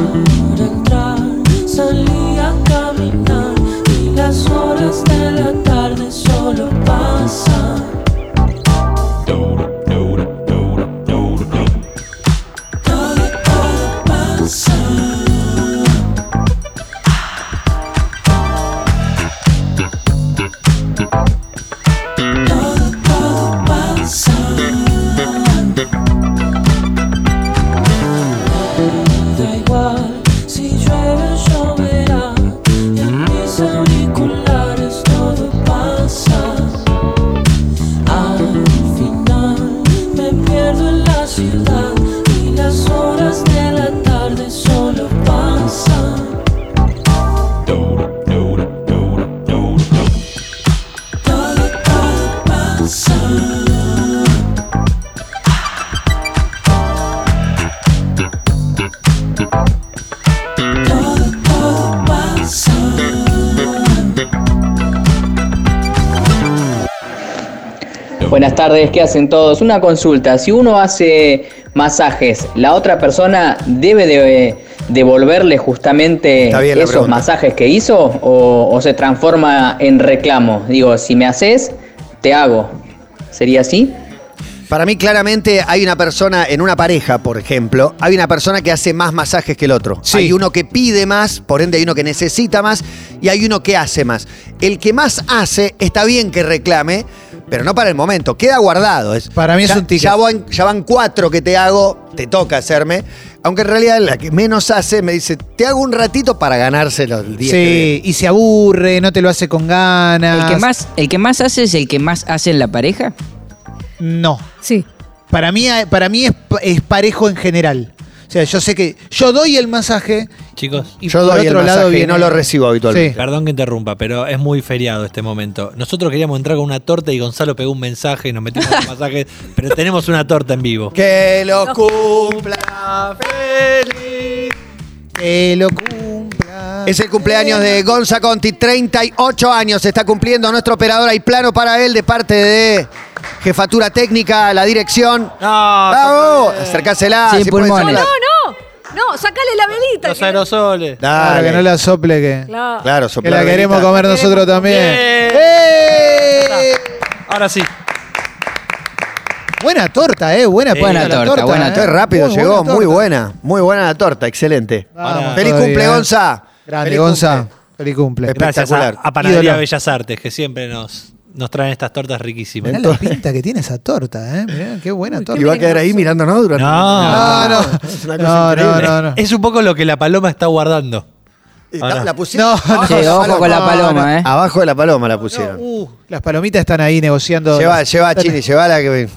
G: entrar salí a caminar y las horas de la tarde solo pasan todo todo pasa Da igual si llueve o lloverá, en mis auriculares todo pasa. Al final me pierdo en la ciudad y las horas de la tarde solo pasan. Todo, todo pasa. Todo, todo pasa.
H: Buenas tardes, ¿qué hacen todos? Una consulta, si uno hace masajes, ¿la otra persona debe de devolverle justamente
B: Está bien la
H: esos
B: pregunta.
H: masajes que hizo o, o se transforma en reclamo? Digo, si me haces, te hago. ¿Sería así?
B: Para mí, claramente, hay una persona en una pareja, por ejemplo, hay una persona que hace más masajes que el otro.
C: Sí.
B: Hay uno que pide más, por ende, hay uno que necesita más y hay uno que hace más. El que más hace, está bien que reclame, pero no para el momento. Queda guardado. Es,
C: Para mí es
B: ya-
C: un ticket.
B: Ya van, ya van cuatro que te hago, te toca hacerme. Aunque en realidad la que menos hace me dice, te hago un ratito para ganárselo el día.
C: Sí, y se aburre, no te lo hace con ganas.
B: Ah.
A: El que, más, el que más hace es el que más hace en la pareja.
C: No.
E: Sí.
C: Para mí, para mí es, es parejo en general. O sea, yo sé que yo doy el masaje
D: Chicos,
C: y
B: Yo
C: por
B: doy el
C: otro lado
B: masaje y
C: viene-
B: no lo recibo habitualmente.
C: Sí.
D: perdón que interrumpa, pero es muy feriado este momento. Nosotros queríamos entrar con una torta y Gonzalo pegó un mensaje y nos metimos en masajes, pero tenemos una torta en vivo.
B: Que lo cumpla feliz.
C: Que lo cumpla.
B: Es el cumpleaños de Gonza Conti, 38 años está cumpliendo nuestro operador. Hay plano para él de parte de Jefatura Técnica, la dirección. Ah,
D: No,
B: ¡Bravo! Acercásela.
A: Sin
B: si puedes
A: pulmones.
B: hablar.
A: Claro.
E: No, no, no, sacale la velita.
D: los
E: que-
D: aerosoles.
C: Claro,
B: Dale.
C: que no la sople que,
E: Claro.
B: Claro,
C: que
B: soplar
C: la queremos
B: velita.
C: comer nosotros también.
D: Bien.
C: ¡Eh!
D: Ahora sí.
C: Buena torta, eh, buena
D: Sí.
C: pinta
A: Buena
C: la
A: torta, buena
B: Qué
A: torta.
B: rápido
C: Muy
B: llegó,
C: buena
B: muy
C: torta.
B: buena. Muy buena la torta, excelente.
C: Vamos,
B: Feliz
C: todavía.
B: cumple, Gonza.
C: Grande,
B: Feliz
C: Gonza.
B: cumple.
C: Feliz cumple.
B: Espera.
D: Gracias a,
B: Espectacular.
D: a Panadería
C: Ídolo.
D: Bellas Artes, que siempre nos, nos traen estas tortas riquísimas.
C: Mirá la pinta que tiene esa torta, eh. Mirá, qué buena torta.
B: Y va a quedar ahí mirándonos durante.
D: No.
C: No, no.
B: Ah, Es una cosa
C: No, no,
B: increíble.
C: no, no.
D: Es un poco lo que la paloma está guardando.
B: Está- La pusieron.
C: No,
B: abajo
A: Sí,
B: de la
A: ojo con la
B: paloma.
A: paloma, ¿eh?
B: Abajo de la paloma la pusieron.
C: Uh, las palomitas están ahí negociando.
B: Lleva, lleva a Chile, llevala que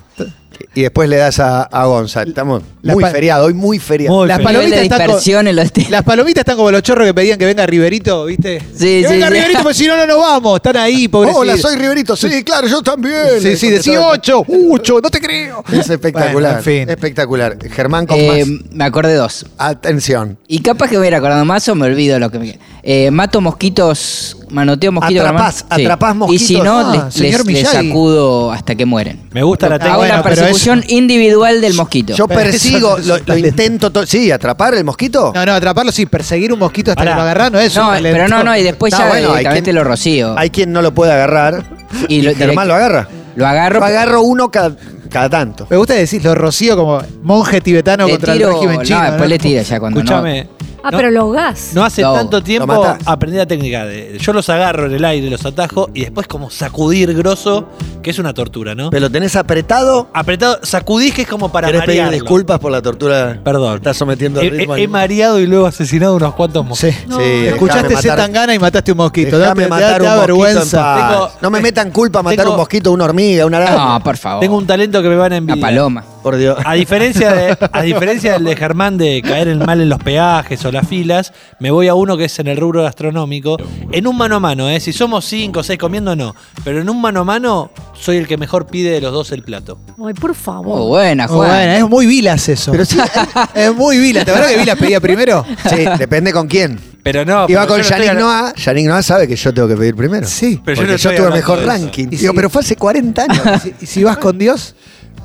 B: y después le das a, a Gonza. Estamos
C: La
B: muy
C: pa-
B: feriado, hoy muy feriado.
D: Muy
C: Las
D: feliz.
A: Nivel de
C: palomitas están con-
A: dispersión en los temas.
C: Las palomitas están como los chorros que pedían que venga Riverito, ¿viste?
A: Sí,
C: que
A: sí,
C: venga
A: sí.
C: Riverito, pues si no, no nos vamos. Están ahí, pobrecito.
B: Hola, soy Riverito. Sí, claro, yo también.
C: Sí, sí, decí ocho, ocho, no te creo.
B: Es espectacular.
C: Bueno, en fin.
B: Espectacular. Germán con
A: Eh,
B: más.
A: me acordé dos.
B: Atención.
A: Y capaz que me voy a ir acordando más o me olvido lo que me... Eh, mato mosquitos, manoteo mosquitos. con la mano.
B: Atrapás, atrapás mosquitos.
A: Y si no,
C: Ah,
A: les,
C: señor
A: les- les
C: Miyagi.
A: sacudo hasta que mueren.
D: Me gusta
C: Ah,
D: la
A: Hago la
D: técnica.
C: bueno, pero eso-
A: persecución individual del mosquito.
B: Yo
C: Pero eso
B: persigo,
C: es un
B: lo, lo
C: talento.
B: intento todo. Sí, atrapar el mosquito.
C: No, no, atraparlo sí, perseguir un mosquito hasta
D: Pará.
C: que lo agarrás no es un
A: no,
C: talento.
A: pero no, no, y después
B: No,
A: ya
B: bueno, hay
A: directamente
B: quien-
A: lo rocío.
B: Hay quien no lo puede agarrar.
A: Y lo-
B: Germán
A: direct-
B: lo agarra.
A: Lo agarro,
B: Yo agarro uno cada, cada tanto.
C: Me gusta decir lo rocío como monje tibetano
A: le
C: contra
A: tiro...
C: el régimen chino.
A: no, después
C: ¿no?
A: le tiro ya cuando no-
D: Escúchame,
E: Ah,
D: No.
E: pero lo ahogás.
D: No hace
A: No,
D: tanto
A: lo
D: tiempo
B: matás.
D: aprendí la técnica de yo los agarro en el aire, los atajo y después como sacudir grosso, que es una tortura, ¿no?
B: ¿Pero lo tenés apretado?
D: Apretado, sacudís que es como para
B: ¿Querés pedir
D: marearlo.
B: disculpas por la tortura?
D: Perdón. Eh,
B: Estás sometiendo al
D: He,
B: ritmo.
D: he- he
B: animal.
D: mareado y luego asesinado unos cuantos mosquitos.
C: Sí.
E: No,
B: Sí,
C: Escuchaste
B: déjame
C: Z
B: matar-
C: Tangana y mataste un mosquito.
B: déjame
C: Date,
B: matar
C: date
B: un mosquito en
C: vergüenza.
B: paz.
D: Tengo-
B: no me metan culpa matar
D: tengo- Ah,
B: un mosquito, una hormiga, una araña.
A: No, por favor.
D: Tengo un talento que me van a
A: Una
D: envidiar.
A: paloma.
B: Por Dios.
D: A diferencia, de, a diferencia del de Germán de caer en mal en los peajes o las filas, me voy a uno que es en el rubro gastronómico. En un mano a mano, ¿eh? si somos cinco o seis comiendo, no. Pero en un mano a mano, soy el que mejor pide de los dos el plato.
E: Ay, por favor.
A: Muy buena,
C: Muy
A: Juan.
C: buena, es muy vilas eso. es muy vilas. ¿Te acuerdas que vilas pedía primero?
B: Sí, depende con quién.
D: Pero no.
B: Iba
D: pero
B: con
D: yo no
B: Yannick
D: estoy-
B: Noah. Yannick Noah sabe que yo tengo que pedir primero.
C: Sí.
D: Pero
B: Porque
D: yo no
B: yo,
D: estoy
B: tuve
D: hablando
B: mejor
D: de eso.
B: ranking.
C: Y
B: Digo,
C: sí.
B: pero fue hace 40 años.
C: Y si- Y si vas con Dios,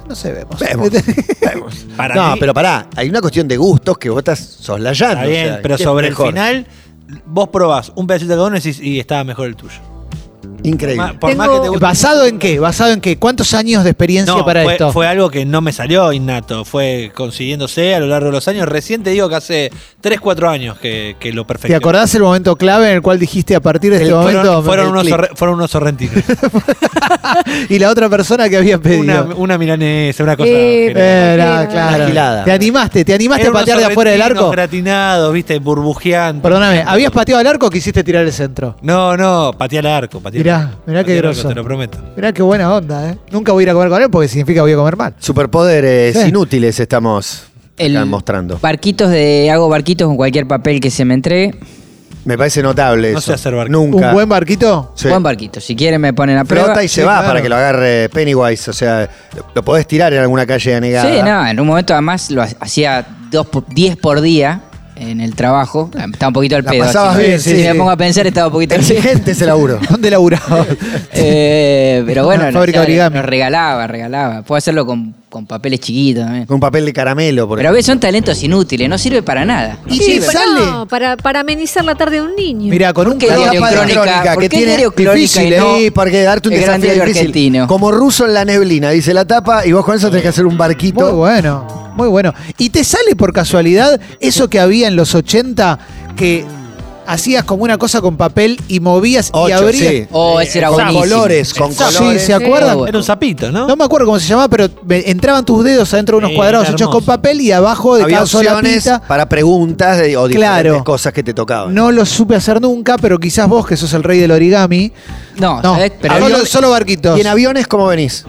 C: no sé, vemos.
B: Vemos.
D: Para
B: no,
D: mí-
B: pero pará, hay una cuestión de gustos que vos estás soslayando.
D: Está
B: o
D: bien,
B: sea,
D: pero
B: ¿qué es
D: sobre
B: mejor?
D: el final, vos probás un pedacito de cada uno y decís, y estaba mejor el tuyo.
B: Increíble.
D: Ma- por
E: Tengo-
D: más que te guste.
C: ¿Basado en qué? ¿Basado en qué? ¿Cuántos años de experiencia
D: No,
C: para
D: fue,
C: esto?
D: fue algo que no me salió innato, fue consiguiéndose a lo largo de los años. Recién te digo que hace 3, 4 años que, que lo perfecto.
C: ¿Te acordás el momento clave en el cual dijiste a partir de este momento?
D: fueron, fueron
C: el
D: unos
C: clic"?
D: sorre- fueron unos sorrentinos.
C: Y la otra persona que había pedido.
D: una, una milanesa, una cosa.
E: Eh,
D: general.
C: Era,
E: Era
C: claro.
B: alquilada.
C: ¿Te animaste? ¿Te animaste
D: Eran
C: a patear de
D: unos
C: afuera del
D: sorrentinos
C: arco?
D: gratinados, viste, burbujeantes.
C: Perdóname, ¿habías pateado al arco o quisiste tirar el centro?
D: No, no, pateé al arco. Pateé al
C: Mirá,
D: arco.
C: mirá
D: Pateé
C: qué
D: al arco,
C: groso.
D: Te lo prometo.
C: Mirá qué buena onda, ¿eh? Nunca voy a ir a comer con él porque significa que voy a comer mal.
B: Superpoderes
C: Sí.
B: inútiles estamos
A: El
B: acá mostrando.
A: Barquitos de. Hago barquitos con cualquier papel que se me entregue.
B: Me parece notable
D: No
B: eso.
D: sé hacer barco.
B: Nunca.
C: ¿Un buen barquito?
B: Sí.
A: Buen barquito. Si quieren me ponen a prueba.
B: Flota y
C: Sí,
B: se va
C: claro.
B: para que lo agarre Pennywise. O sea, lo, lo podés tirar en alguna calle anegada.
A: Sí, no, en un momento además lo ha- hacía 10 por día en el trabajo. Estaba un poquito al
B: La
A: pedo.
B: pasabas
A: así.
B: bien,
A: si
B: sí,
A: me
B: sí.
A: pongo a pensar, estaba un poquito al pedo.
B: Exigente ese laburo.
C: ¿Dónde laburaba?
A: Eh, pero bueno,
C: Una
A: no,
C: fábrica
A: ya,
C: de origami.
A: nos regalaba, regalaba. Puedo hacerlo con, con papeles chiquitos también.
B: Con papel de caramelo, por
A: Pero a veces son talentos inútiles, no sirve para nada.
C: Y
E: Sí,
C: sí,
E: pero
C: sale.
E: no, para, para amenizar la tarde de un niño.
C: Mirá, con un
A: qué
C: clavado-
A: diario
B: Capaz de
A: Crónica? ¿Por
B: que
A: qué
B: tiene
A: Diario Crónica
B: difícil,
A: y no
B: eh, porque darte un
A: el gran
B: desafío
A: diario
B: difícil.
A: argentino?
B: Como ruso en la neblina, dice la tapa, y vos con eso tenés que hacer un barquito.
C: Muy bueno, muy bueno. ¿Y te sale por casualidad eso que había en los 80 que hacías como una cosa con papel y movías y
B: Ocho,
C: abrías?
B: sí.
A: Oh, ese era
B: con
A: buenísimo.
B: Eh, colores, con
A: El
C: Sí,
A: sapo.
B: colores.
C: ¿se acuerdan?
A: Sí.
D: Era un sapito, ¿no?
C: No me acuerdo cómo se llamaba, pero me- entraban tus dedos adentro de unos
D: Sí,
C: cuadrados
D: era
C: hechos con
D: hermoso.
C: papel y abajo de
B: Había
C: cada
B: opciones
C: solapita.
B: para preguntas de- o diferentes
C: Claro.
B: cosas que te tocaban.
C: No lo supe hacer nunca, pero quizás vos, que sos el rey del origami.
A: No,
C: No,
A: ¿sabés? pero
C: solo,
A: yo-
C: solo barquitos.
B: ¿Y en aviones cómo venís?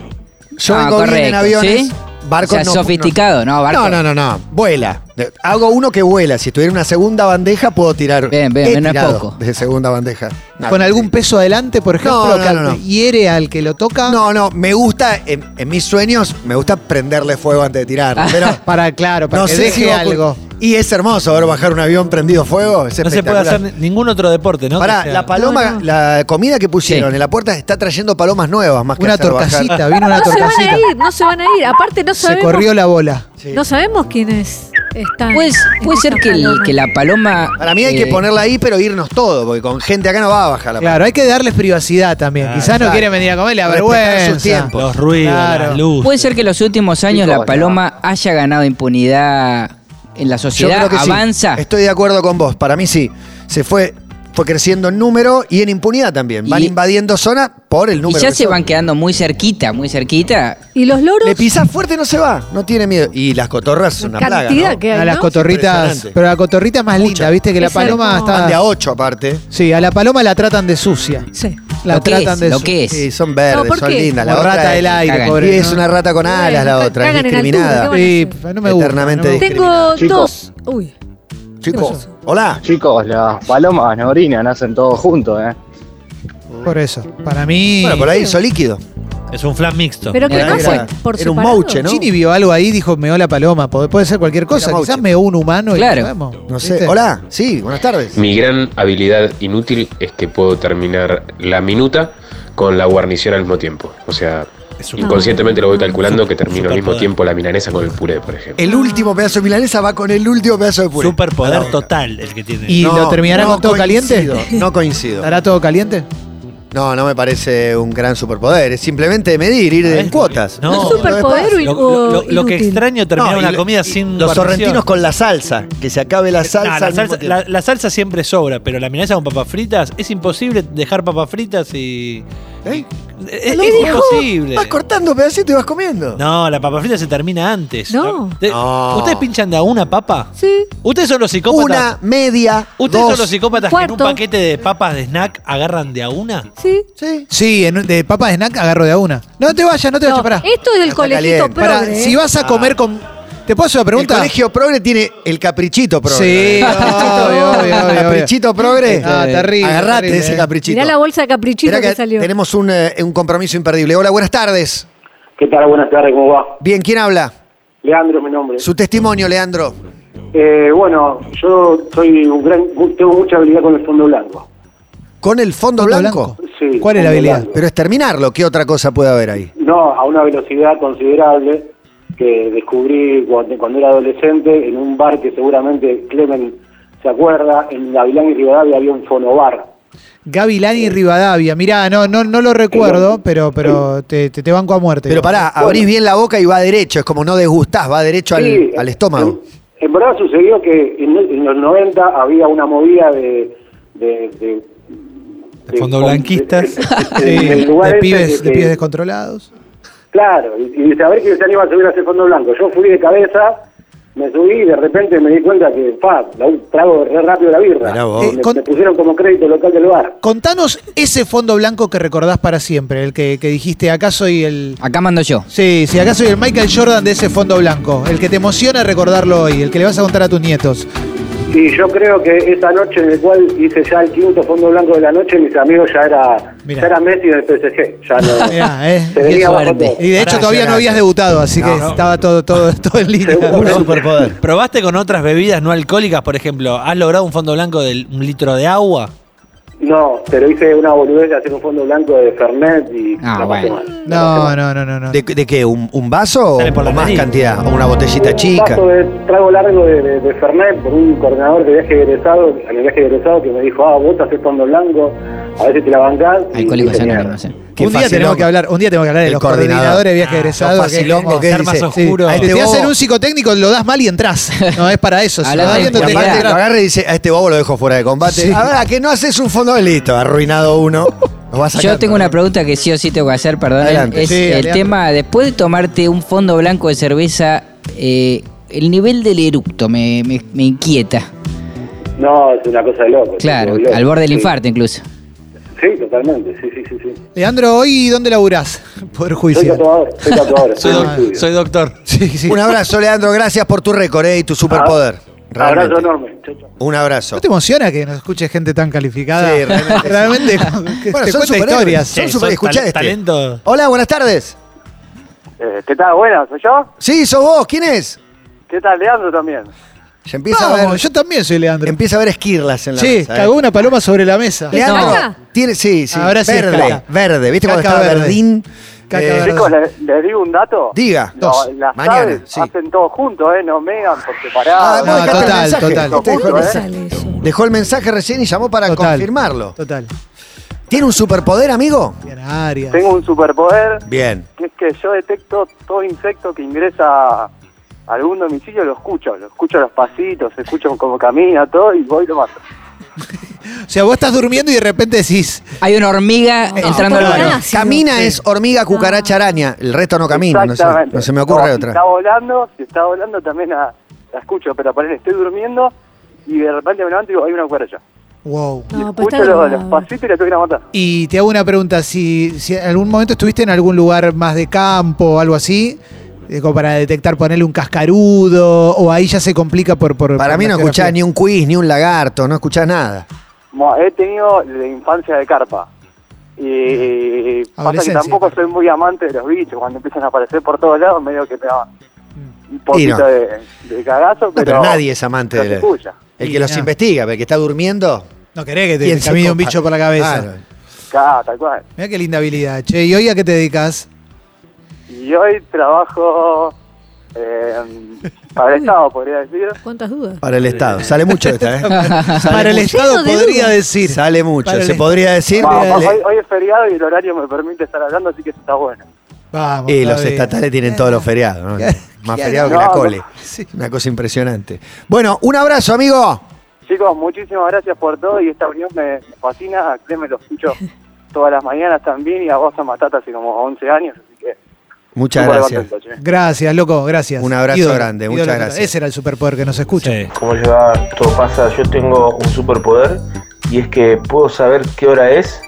B: Yo
A: Ah,
B: vengo bien en
A: correcto,
B: aviones.
A: ¿sí?
B: Barcos
A: O sea,
B: no-
A: sofisticado, no, barco.
B: No, no, no, no. Vuela. De- Hago uno que vuela. Si tuviera una segunda bandeja, puedo tirar.
A: Bien, bien,
B: He
A: bien, no es
B: tirado
A: poco.
B: De segunda bandeja. No,
C: con
B: no,
C: algún peso adelante, por ejemplo,
B: No, no,
C: que
B: no, no.
C: hiere al que lo toca.
B: No, no, me gusta, en, en mis sueños, me gusta prenderle fuego antes de tirar.
A: Ah,
B: Pero
C: Para, claro, para
B: no
C: que
B: sé
C: deje
B: si va a ocurrir.
C: algo.
B: Y es hermoso ver bajar un avión prendido a fuego. Es
D: No se puede
B: espectacular.
D: hacer ni- ningún otro deporte, ¿no?
B: Pará,
D: Que sea-
B: la paloma,
E: No, no.
B: la comida que pusieron
A: Sí.
B: en la puerta está trayendo palomas nuevas más que
C: Una
B: hacer bajar.
C: torcasita, vino una
E: no se van
C: torcasita.
E: a ir, no se van a ir. Aparte, no
C: Se
E: sabemos,
C: corrió la bola.
E: no sabemos quiénes están.
A: Puede, puede
E: en
A: ser
E: esas
A: que, el-
E: palomas.
A: que la paloma.
B: Para mí hay que
A: eh,
B: ponerla ahí, pero irnos todo, porque con gente acá no va a bajar la
C: Claro, hay que darles privacidad también.
D: Claro,
C: quizás no
B: claro.
C: quieren venir a comer, la
B: Respetar
C: vergüenza.
B: su tiempo.
D: Los ruidos,
C: Claro.
D: las luces.
E: Pues,
A: Puede ser que en los últimos años
B: Chicos,
A: la paloma haya ganado impunidad en la
B: Yo
A: sociedad,
B: creo que sí.
A: avanza.
B: Estoy de acuerdo con vos. Para mí sí. Se fue, fue creciendo en número y en impunidad también. Van
A: Y-
B: invadiendo zona por el
A: Y
B: número.
A: ya
B: que
A: se
B: son.
A: van quedando muy cerquita, muy cerquita.
E: ¿Y los loros?
B: Le pisás fuerte, no se va. No tiene miedo. Y las cotorras son una
E: La cantidad
B: plaga. ¿no?
E: que hay,
C: A las
E: ¿no?
C: cotorritas,
B: Impresionante.
C: pero la cotorrita es más linda, viste que la
E: Es hermoso.
C: paloma
B: Van de a
A: Ah.
C: está.
B: ocho aparte.
C: Sí, a la paloma la tratan de sucia.
E: Sí.
C: La
A: Lo que
C: tratan
A: es,
C: de
A: lo
C: sucia.
A: que es.
B: Sí, son verdes,
E: No, ¿por
B: son
E: qué?
B: lindas. La
C: Como
B: otra
C: rata
B: es-
C: del aire,
A: cagan.
B: Y
C: pobre.
B: es
C: ¿no?
B: una rata con alas la
E: Cagan
B: otra, es
E: en altura, qué
B: discriminada.
E: bueno.
C: Sí, no me gusta.
B: Eternamente
C: no me gusta.
E: Tengo
I: Chicos.
E: dos. Uy.
B: Chicos, hola.
I: Chicos, las palomas no orinan, hacen todo juntos, ¿eh?
C: Por eso, para mí.
B: Bueno, por ahí hizo líquido.
D: Es un flan mixto.
E: Pero que
A: Era-
E: no fue
B: era-
E: por
B: era un
E: separado.
B: mouche, ¿no?
C: Chini vio algo ahí, dijo, meó la paloma. Puede puede ser cualquier cosa.
B: Mira,
C: Quizás
B: Mauche.
C: meó un humano y lo
A: Claro.
C: sabemos,
B: No sé.
C: ¿viste?
B: Hola, sí, buenas tardes.
J: Mi gran habilidad inútil es que puedo terminar la minuta con la guarnición al mismo tiempo. O sea,
D: Es un-
J: inconscientemente lo voy calculando que termino al mismo
D: Superpoder.
J: tiempo la milanesa con el puré, por ejemplo.
B: El último pedazo de milanesa va con el último pedazo de puré.
D: Superpoder total el que tiene.
C: Y- lo terminará con todo
B: coincido,
C: caliente?
B: No coincido.
C: ¿Estará todo caliente?
B: No, no me parece un gran superpoder. Es simplemente medir, ir en cuotas.
E: No, ¿No es superpoder
B: Lo
E: o
B: de
E: in-
D: Lo,
B: paz.
D: lo- lo-
E: o
D: lo que
E: inútil?
D: extraño terminar
B: No, y
D: una
B: lo-
D: comida
B: y
D: sin.
B: Los
D: guarnición.
B: sorrentinos con la salsa. Que se acabe la
D: Nah,
B: salsa.
D: la,
B: al mismo
D: salsa
B: tiempo.
D: la- la salsa siempre sobra, pero la amenaza con papas fritas es imposible dejar papas fritas y.
B: ¿Eh?
D: Es,
B: Lo
D: es
B: dijo.
D: imposible.
B: Vas cortando pedacitos y vas comiendo.
D: No, la papa frita se termina antes.
E: No.
D: De-
B: No.
D: ¿Ustedes pinchan de a una papa?
E: Sí.
D: Ustedes son los psicópatas.
B: Una, media,
D: ¿Ustedes
B: dos.
D: son los psicópatas que en un
E: Cuarto.
D: paquete de papas de snack agarran de a una?
E: Sí.
B: Sí.
C: Sí, en un- de papas de snack agarro de a una. No te vayas, no te vayas,
E: No,
C: pará.
E: esto es del
B: Está
E: colegito
B: caliente.
E: progre.
C: Pará,
E: ¿eh?
C: si vas a comer con... ¿Te puedo hacer una
B: Ah. El
C: pregunta?
B: colegio progre tiene el caprichito progre.
C: Sí, obvio, obvio, obvio, obvio.
B: Caprichito progre.
C: Ah, terrible,
B: Agarrate
C: terrible,
B: ese
C: eh.
B: caprichito.
E: Mirá la bolsa de caprichito
B: Mirá
E: que,
B: que
E: salió.
B: Tenemos un, eh, un compromiso imperdible. Hola, buenas tardes.
K: ¿Qué tal? Buenas tardes, ¿cómo va?
B: Bien, ¿quién habla?
K: Leandro es mi nombre.
B: Su testimonio, Leandro.
K: Eh, bueno, yo soy un gran, tengo mucha habilidad con el fondo blanco.
B: Con el fondo,
C: Fondo
B: blanco.
C: blanco.
K: Sí,
C: ¿Cuál es la
K: fondo
C: habilidad?
K: blanco.
B: Pero es terminarlo. ¿Qué otra cosa puede haber ahí?
K: No, a una velocidad considerable que descubrí cuando, cuando era adolescente en un bar que seguramente Clemen se acuerda, en Gavilán y Rivadavia había un fonobar.
C: Gavilán y Rivadavia. Mirá, no, no, no lo recuerdo, pero, pero te, te, te banco a muerte.
B: Pero pará, abrís bien la boca y va derecho. Es como no desgustás, va derecho al,
K: Sí,
B: al estómago.
K: En, en verdad sucedió que en, en los 90 había una movida de... de, de de-
D: Fondo blanquistas.
K: de- de-
C: Sí,
K: del lugar
C: de
K: ese
C: pibes,
K: que-
C: de
K: que-
C: pibes descontrolados.
K: Claro, y, y de saber que se anima a subir hacia el fondo blanco. Yo fui de cabeza, me subí y de repente me di cuenta que, pa, la- trago re rápido la birra.
B: Mirá vos.
K: Me,
C: Eh, con-
K: me pusieron como crédito local del bar.
C: Contanos ese fondo blanco que recordás para siempre, el que, que dijiste, acá soy el...
A: Acá mando yo.
C: Sí, sí, acá soy el Michael Jordan de ese fondo blanco, el que te emociona recordarlo hoy, el que le vas a contar a tus nietos.
K: Y yo creo que esa noche en el cual hice ya el quinto fondo blanco de la noche, mis amigos ya era,
C: Mirá.
K: ya era Messi del PSG. Ya no,
C: Mirá, eh,
K: se venía
A: qué
K: abajo
A: suerte.
K: todo.
C: Y de hecho
B: Pará,
C: todavía no
B: llorá.
C: habías debutado, así que
B: No.
C: estaba todo, todo, todo en línea.
B: Un superpoder.
D: ¿Probaste con otras bebidas no alcohólicas, por ejemplo? ¿Has logrado un fondo blanco de un litro de agua?
K: No, pero hice una boludez de hacer un fondo blanco de Fernet y
A: Ah,
K: la pasé
A: bueno.
K: mal. La pasé
C: No,
K: mal.
C: no, no, no, no.
B: ¿De, de qué? ¿Un, un vaso o,
D: Sale por la
B: o más
D: nariz.
B: cantidad? ¿O una botellita
K: Un
B: chica?
K: vaso de trago largo de, de- de Fernet por un coordinador de viaje egresado, en el viaje egresado que me dijo, ah, vos haces fondo blanco, a veces te la bancás. y
A: Alcohólicos
K: hice
A: anónimos.
K: mierda.
A: eh.
B: Qué
C: un día
B: facilongo.
C: tenemos que hablar, un día tenemos que hablar de
B: El
C: los
B: coordinador.
C: coordinadores de viaje
D: Ah,
C: egresado.
B: los facilongo
C: que
B: que
C: es
D: estar más
B: dice,
D: oscuro.
B: "A
C: como-
B: este
C: te te
B: bobo".
C: hacen un psicotécnico, lo das mal y entras. No es para eso. si
A: Hablando
C: vas
A: de-
C: viendo,
B: Y
C: te
A: Aparte,
C: dejan
B: aparte, lo
C: entrar.
B: agarra y dice, a este bobo lo dejo fuera de combate.
C: Sí.
B: A ver, ¿a que no haces un fondo listo? Arruinado uno. Nos va a sacar,
A: Yo tengo una pregunta que sí o sí tengo que hacer, perdón.
B: Adelante.
A: Es
C: Sí,
A: el
C: adelante.
A: tema, después de tomarte un fondo blanco de cerveza, eh, el nivel del eructo me, me- me inquieta.
K: No, es una cosa de loco.
A: Claro,
K: es de loco.
A: al borde del
K: Sí.
A: infarto incluso.
K: Sí, totalmente, sí, sí, sí. sí.
C: Leandro, ¿hoy dónde laburás? Poder
K: Soy
C: judicial.
K: tatuador, soy tatuador.
D: Soy,
K: estoy
D: doc-
K: en estudio.
D: soy doctor.
C: Sí, sí. Ah,
B: Un abrazo, Leandro. Gracias por tu récord eh, y tu superpoder. Realmente.
K: Abrazo enorme. Chau, chau.
B: Un abrazo.
C: ¿No te emociona que nos escuche gente tan calificada?
B: Sí, realmente.
C: realmente que
B: Bueno,
C: te
B: son
C: cuenta
B: superhéroes.
C: historias. eh,
B: Son
D: Sí,
B: super-
D: son
B: escuchá
D: tal-
B: este.
D: talento.
B: Hola, buenas tardes.
K: Eh, ¿Qué tal? Buenas, ¿soy yo?
B: Sí, sos vos. ¿Quién es?
K: ¿Qué tal, Leandro también?
B: Ya empieza a
C: Vamos,
B: ver,
C: yo también soy Leandro.
B: empieza a ver esquirlas en la
C: Sí,
B: mesa, eh.
C: cagó una paloma sobre la mesa.
E: Le-
B: Leandro,
E: ¿Caca?
B: tiene, sí, sí,
C: Ahora sí es
B: verde,
C: caca.
B: verde. ¿Viste
C: Caca
B: cuando estaba
C: verde.
B: verdín?
C: Caca
B: Eh,
C: verde.
K: Chicos, ¿les, les digo un dato?
B: Diga.
K: No,
B: Dos.
K: Las
B: Mañana,
K: aves
B: sí.
K: hacen todo juntos, ¿eh? No megan por separado.
B: Ah, vos
C: No,
B: dejate el
C: total,
B: mensaje.
C: total.
B: Este dejó el
E: ¿Dónde
K: ¿eh?
B: mensaje.
E: sale eso?
B: Dejó el mensaje recién y llamó para
C: Total.
B: confirmarlo.
C: Total.
B: ¿Tiene un superpoder, amigo?
C: Bien, Arias.
K: Tengo un superpoder
B: Bien.
K: que es que yo detecto todo insecto que ingresa a algún domicilio, lo escucho, lo escucho los pasitos, escucho cómo camina, todo, y voy y lo mato.
C: O sea, vos estás durmiendo y de repente decís,
A: Hay una hormiga entrando al
E: por
A: baño.
E: nada. Ácido.
B: Camina
E: Sí.
B: es hormiga, cucaracha, araña. El resto no camina. No se,
K: Exactamente.
B: no se me ocurre
K: No, Si
B: otra.
K: está volando, si está volando también a- la escucho, pero por ejemplo, estoy durmiendo y de repente me levanto y digo, hay una cucaracha.
C: wow.
K: Y
E: No, pues
K: escucho
E: está
K: los, los
E: grabado.
K: pasitos y la tengo que ir a matar.
C: Y te hago una pregunta, si, si en algún momento estuviste en algún lugar más de campo o algo así, eh, como para detectar ponerle un cascarudo, o ahí ya se complica por... por
B: Para
C: por
B: mí
C: la
B: no escuchás
C: geografía.
B: ni un quiz, ni un lagarto, no escuchás nada.
K: Bueno, he tenido la infancia de carpa. Y pasa que
C: Adolescencia.
K: tampoco soy muy amante de los bichos. Cuando empiezan a aparecer por todos lados, medio que me da un
B: Mm. Y
K: poquito
B: no.
K: de, de cagazo.
B: No,
K: Pero,
B: pero nadie es amante
K: pero
B: de
K: se
B: la-
K: escucha.
B: El
C: Y
B: que los
C: no.
B: investiga, el que está durmiendo.
C: No querés que te,
B: ¿quién
C: te
B: se
C: camine un
B: copa?
C: bicho por la cabeza.
B: Claro.
K: Claro, tal cual.
C: Mira qué linda habilidad. Che, ¿y hoy a qué te dedicas?
K: Y hoy trabajo eh, para el Estado, podría decir.
E: ¿Cuántas dudas?
B: Para el Estado. Sale mucho esta, ¿eh? Sale
C: Para el
B: mucho.
C: Estado
E: Lleno de
C: podría
E: dudas.
C: decir.
B: Sale mucho.
C: Para el
B: Se
C: Estado.
B: podría decir.
K: Vamos,
B: le-
K: hoy, hoy es feriado y el horario me permite estar hablando, así que eso está bueno.
C: Vamos,
B: Y los
C: David.
B: estatales tienen todos los feriados. ¿no? Más feriados que
K: No,
B: la
K: no.
B: cole. Una cosa impresionante. Bueno, un abrazo, amigo.
K: Chicos, muchísimas gracias por todo y esta reunión me fascina. A Clemen lo escucho todas las mañanas también y a vos a Matata hace como 11 años, así que
B: Muchas
K: súper
B: gracias.
K: contento, che.
C: Gracias, loco, gracias.
B: Un abrazo
C: Ídolo,
B: grande,
C: ídolo
B: muchas
C: total.
B: gracias.
C: Ese era el superpoder que nos escucha.
L: ¿Cómo les va? Todo pasa. Yo tengo un superpoder y es que puedo saber qué hora es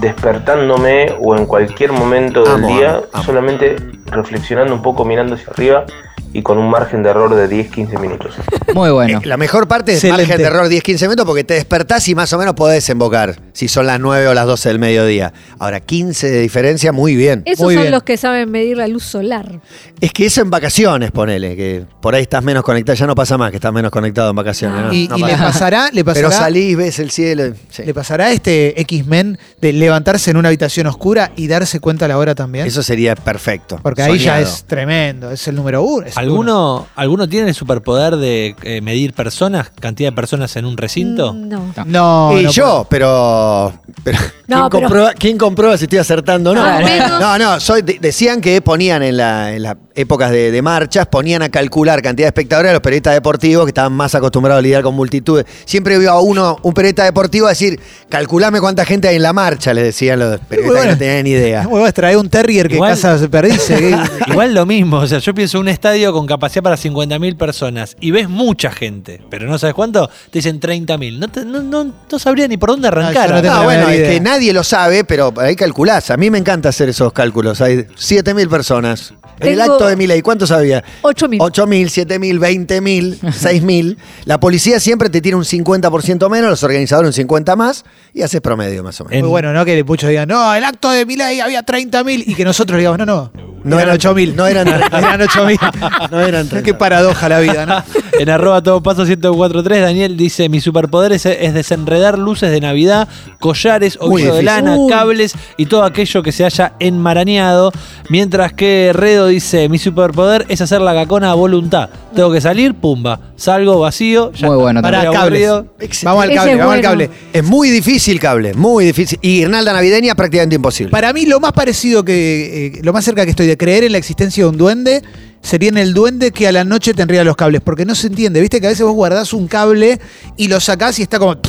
L: despertándome o en cualquier momento del
B: Amo,
L: día,
B: amo, amo.
L: solamente reflexionando un poco, mirando hacia arriba y con un margen de error de 10-15 minutos.
A: Muy bueno.
B: Eh, La mejor parte es
C: Excelente.
B: margen de error 10-15 minutos porque te despertás y más o menos podés embocar si son las 9 o las 12 del mediodía. Ahora, 15 de diferencia, muy bien.
E: Esos
C: Muy
E: son
C: bien.
E: los que saben medir la luz solar.
B: Es que eso en vacaciones, ponele, que por ahí estás menos conectado, ya no pasa más que estás menos conectado en vacaciones. ¿no?
C: Y,
B: No
C: y
B: pasa
C: le
B: más.
C: pasará, le pasará,
B: Pero salís, ves el cielo. sí.
C: le pasará este X-Men de levantarse en una habitación oscura y darse cuenta a la hora también.
B: Eso sería perfecto.
C: Porque ahí ya
B: Soñado.
C: es tremendo, es el número uno. es el uno.
D: ¿Alguno, ¿Alguno tiene el superpoder de eh, medir personas, cantidad de personas en un recinto?
E: Mm, No.
C: No,
B: y
C: no,
B: yo, pero. pero-
E: No,
B: ¿quién,
E: pero-
B: comprueba, quién comprueba si estoy acertando o no?
E: Al menos-
B: No, no, soy- de- decían que ponían en, la- en las épocas de, de marchas, ponían a calcular cantidad de espectadores a los periodistas deportivos que estaban más acostumbrados a lidiar con multitudes. Siempre vio a uno, un periodista deportivo, a decir, calculame cuánta gente hay en la marcha, le decían los periodistas que no tenían ni idea.
C: No me vas a traer un terrier que
D: Igual-
C: casa se perdice.
D: Igual lo mismo, o sea, yo pienso un estadio con capacidad para 50.000 personas y ves mucha gente, pero no sabes cuánto, te dicen 30.000. No, te- no, no, no sabría ni por dónde arrancar.
C: yo no tengo
B: Ah,
C: la
B: bueno,
C: menor
B: es
C: idea.
B: que nadie lo sabe, pero ahí calculás. A mí me encanta hacer esos cálculos. Hay 7.000 personas. En el
E: Tengo-
B: acto de mi ley, ¿cuánto sabía?
E: 8.000.
B: 8.000, 7.000, 20.000, 6.000. La policía siempre te tira un 50% menos, los organizadores un 50% más y haces promedio más o menos.
D: En-
C: Muy bueno, ¿no? Que el Pucho diga, no, el acto de Milei había 30.000 y que nosotros digamos, no, no.
B: No eran
C: 8.000.
B: No eran
C: Eran 8.000.
B: No eran 30.000.
C: Qué paradoja la vida, ¿no?
D: En arroba todo paso 1043, Daniel dice: Mi superpoder es, es desenredar luces de Navidad, collares,
B: Muy
D: ovillo de
B: difícil.
D: lana,
E: Uy.
D: cables y todo aquello que se haya enmarañado. Mientras que Redo dice: Mi superpoder es hacer la cacona a voluntad. Tengo que salir, pumba. Salgo vacío, ya
A: Muy
D: está.
A: bueno
C: Pará,
A: también.
D: Era
C: cables.
D: aburrido.
C: Vamos al
E: Ese
C: cable,
E: es
C: vamos al
E: bueno.
C: cable.
B: Es muy difícil, cable, muy difícil. Y guirnalda navideña prácticamente imposible.
C: Para mí, lo más parecido que. eh, lo más cerca que estoy de creer en la existencia de un duende sería en el duende que a la noche te enreda los cables. Porque no se entiende. Viste que a veces vos guardás un cable y lo sacás y está como.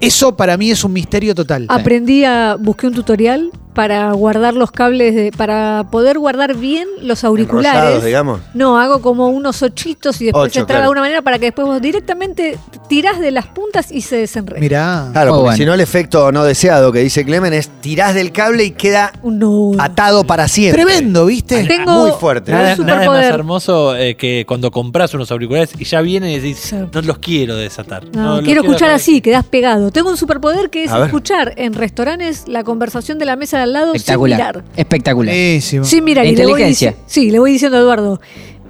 C: Eso para mí es un misterio total.
E: Aprendí a. Busqué un tutorial para guardar los cables, de- para poder guardar bien los auriculares.
B: Enrollados, digamos.
E: No, hago como unos ochitos y después
B: Ocho,
E: se traba
B: claro.
E: de una manera para que después vos directamente tirás de las puntas y se desenreda.
C: Mirá.
B: Claro,
A: Muy
B: porque
A: bueno.
B: si no el efecto no deseado que dice Clemen es tirás del cable y queda
E: Un nudo.
B: atado para siempre.
C: Tremendo, ¿viste?
E: Oh, Tengo
B: muy fuerte.
E: un
D: Nada, nada es más
E: superpoder.
D: hermoso eh, que cuando compras unos auriculares y ya vienen y decís,
E: Sí.
D: no los quiero desatar.
E: No,
D: No los
E: quiero escuchar
D: dejar".
E: así, quedás pegado. Tengo un superpoder que es
B: A ver.
E: escuchar en restaurantes la conversación de la mesa de al lado sin
A: Espectacular.
E: mirar.
A: Espectacular.
C: Buenísimo.
E: Sin mirar. y le voy
A: Inteligencia.
E: dici- sí, le voy diciendo a Eduardo,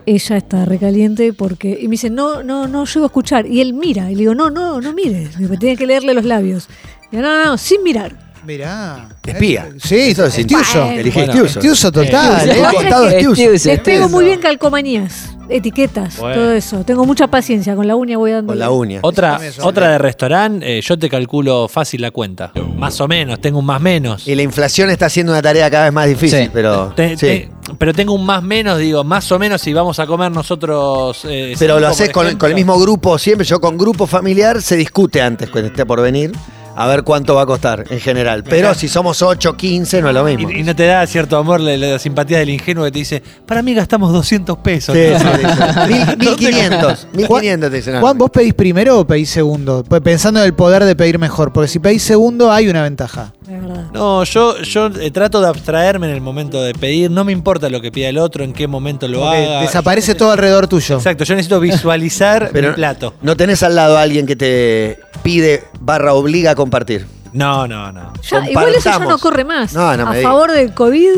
E: ella está recaliente porque... Y me dice, no, no, no llego a escuchar. Y él mira. Y le digo, no, no, no mires. Me tienes que leerle los labios. Y yo, no, no, no, sin mirar.
C: Mirá.
B: Espía.
C: Sí,
B: Eso es
C: estiuso.
E: Bueno.
B: Inteligente,
D: Bueno,
B: estiuso.
C: Estiuso total.
B: Le he
C: ¿eh?
B: contado
A: Es
B: estiuso.
A: Tius,
E: Les
A: es Tius.
E: pego muy bien calcomanías, etiquetas,
D: Bueno.
E: todo eso. Tengo mucha paciencia. Con la uña voy dando.
B: Con la uña.
D: Otra,
C: Eso me
D: otra de restaurante, eh, yo te calculo fácil la cuenta. Más o menos, tengo un más menos.
B: Y la inflación está haciendo una tarea cada vez más difícil,
A: Sí.
B: pero.
D: Te-
B: sí.
D: te- pero tengo un más menos, digo, más o menos si vamos a comer nosotros. eh,
B: Pero
D: cinco,
B: lo haces
D: por
B: con,
D: ejemplo.
B: con el mismo grupo siempre. Yo con grupo familiar se discute antes cuando esté por venir a ver cuánto va a costar en general. Pero si somos 8, 15, no es lo mismo.
D: Y, y no te da cierto amor la, la simpatía del ingenuo que te dice, para mí gastamos 200 pesos.
B: Sí,
D: ¿no?".
B: sí, sí. Mil- 1500. 1500 te dicen. "Ah,
C: Juan, ¿vos pedís primero o pedís segundo? P- Pensando en el poder de pedir mejor, porque si pedís segundo hay una ventaja.
B: Ah,
E: De verdad.
D: No, yo, yo eh, trato de abstraerme en el momento de pedir, no me importa lo que pida el otro, en qué momento lo
C: Porque
D: haga.
C: Eh, desaparece todo alrededor tuyo.
D: Exacto, yo necesito visualizar
B: Pero
D: mi plato.
B: no tenés al lado a alguien que te pide barra obliga a compartir.
D: No, no, no.
E: Ya, igual eso ya no
B: Compartamos.
E: corre más.
B: No, no
E: a
B: me digas.
E: favor del COVID,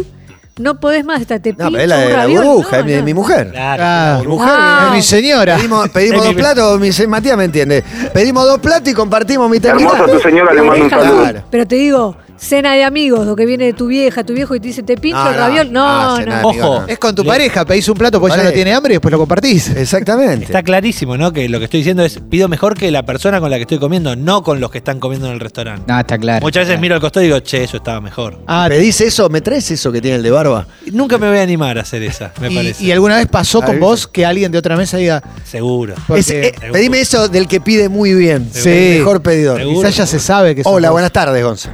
E: no podés más. Hasta te
B: No, pero
E: pincho
B: es la
E: un
B: de la
E: ravioli.
B: burbuja,
E: No,
B: es mi,
E: no.
B: mi mujer.
D: Claro.
C: Ah,
B: Mi mujer,
E: Ah.
C: es mi señora.
B: Pedimos, pedimos dos platos, mi se- Matías me entiende. Pedimos dos platos y compartimos mitad y
K: Hermosa
B: mitad.
K: tu señora, le mando un
E: Déjalo.
K: saludo.
B: Claro.
E: Pero te digo, cena de amigos o que viene tu vieja, tu viejo y te dice, te pincho
B: No,
E: el
B: no.
E: raviol. No,
B: Ah, cena de
E: no.
B: amigos,
D: Ojo.
B: no.
C: Es con tu
D: Le-
C: pareja, pedís un plato porque ella no
B: Vale.
C: tiene hambre y después lo compartís.
B: Exactamente.
D: Está clarísimo, ¿no? Que lo que estoy diciendo es pido mejor que la persona con la que estoy comiendo, no con los que están comiendo en el restaurante.
A: No, está claro.
D: Muchas veces
A: Está
D: miro al costado y digo, che, eso estaba mejor.
C: Ah,
B: ¿Me dice eso? ¿Me traes eso que tiene el de barba?
D: Nunca me voy a animar a hacer esa, me
C: y,
D: parece.
C: y alguna vez pasó
B: Ahí
C: con vos que alguien de otra mesa diga,
D: Seguro.
C: porque-
B: Es- eh, pedime eso del que pide muy bien.
C: Sí.
B: El mejor pedidor.
D: Seguro.
C: quizás ya se sabe que sos
B: Hola,
C: vos.
B: buenas tardes, Gonza.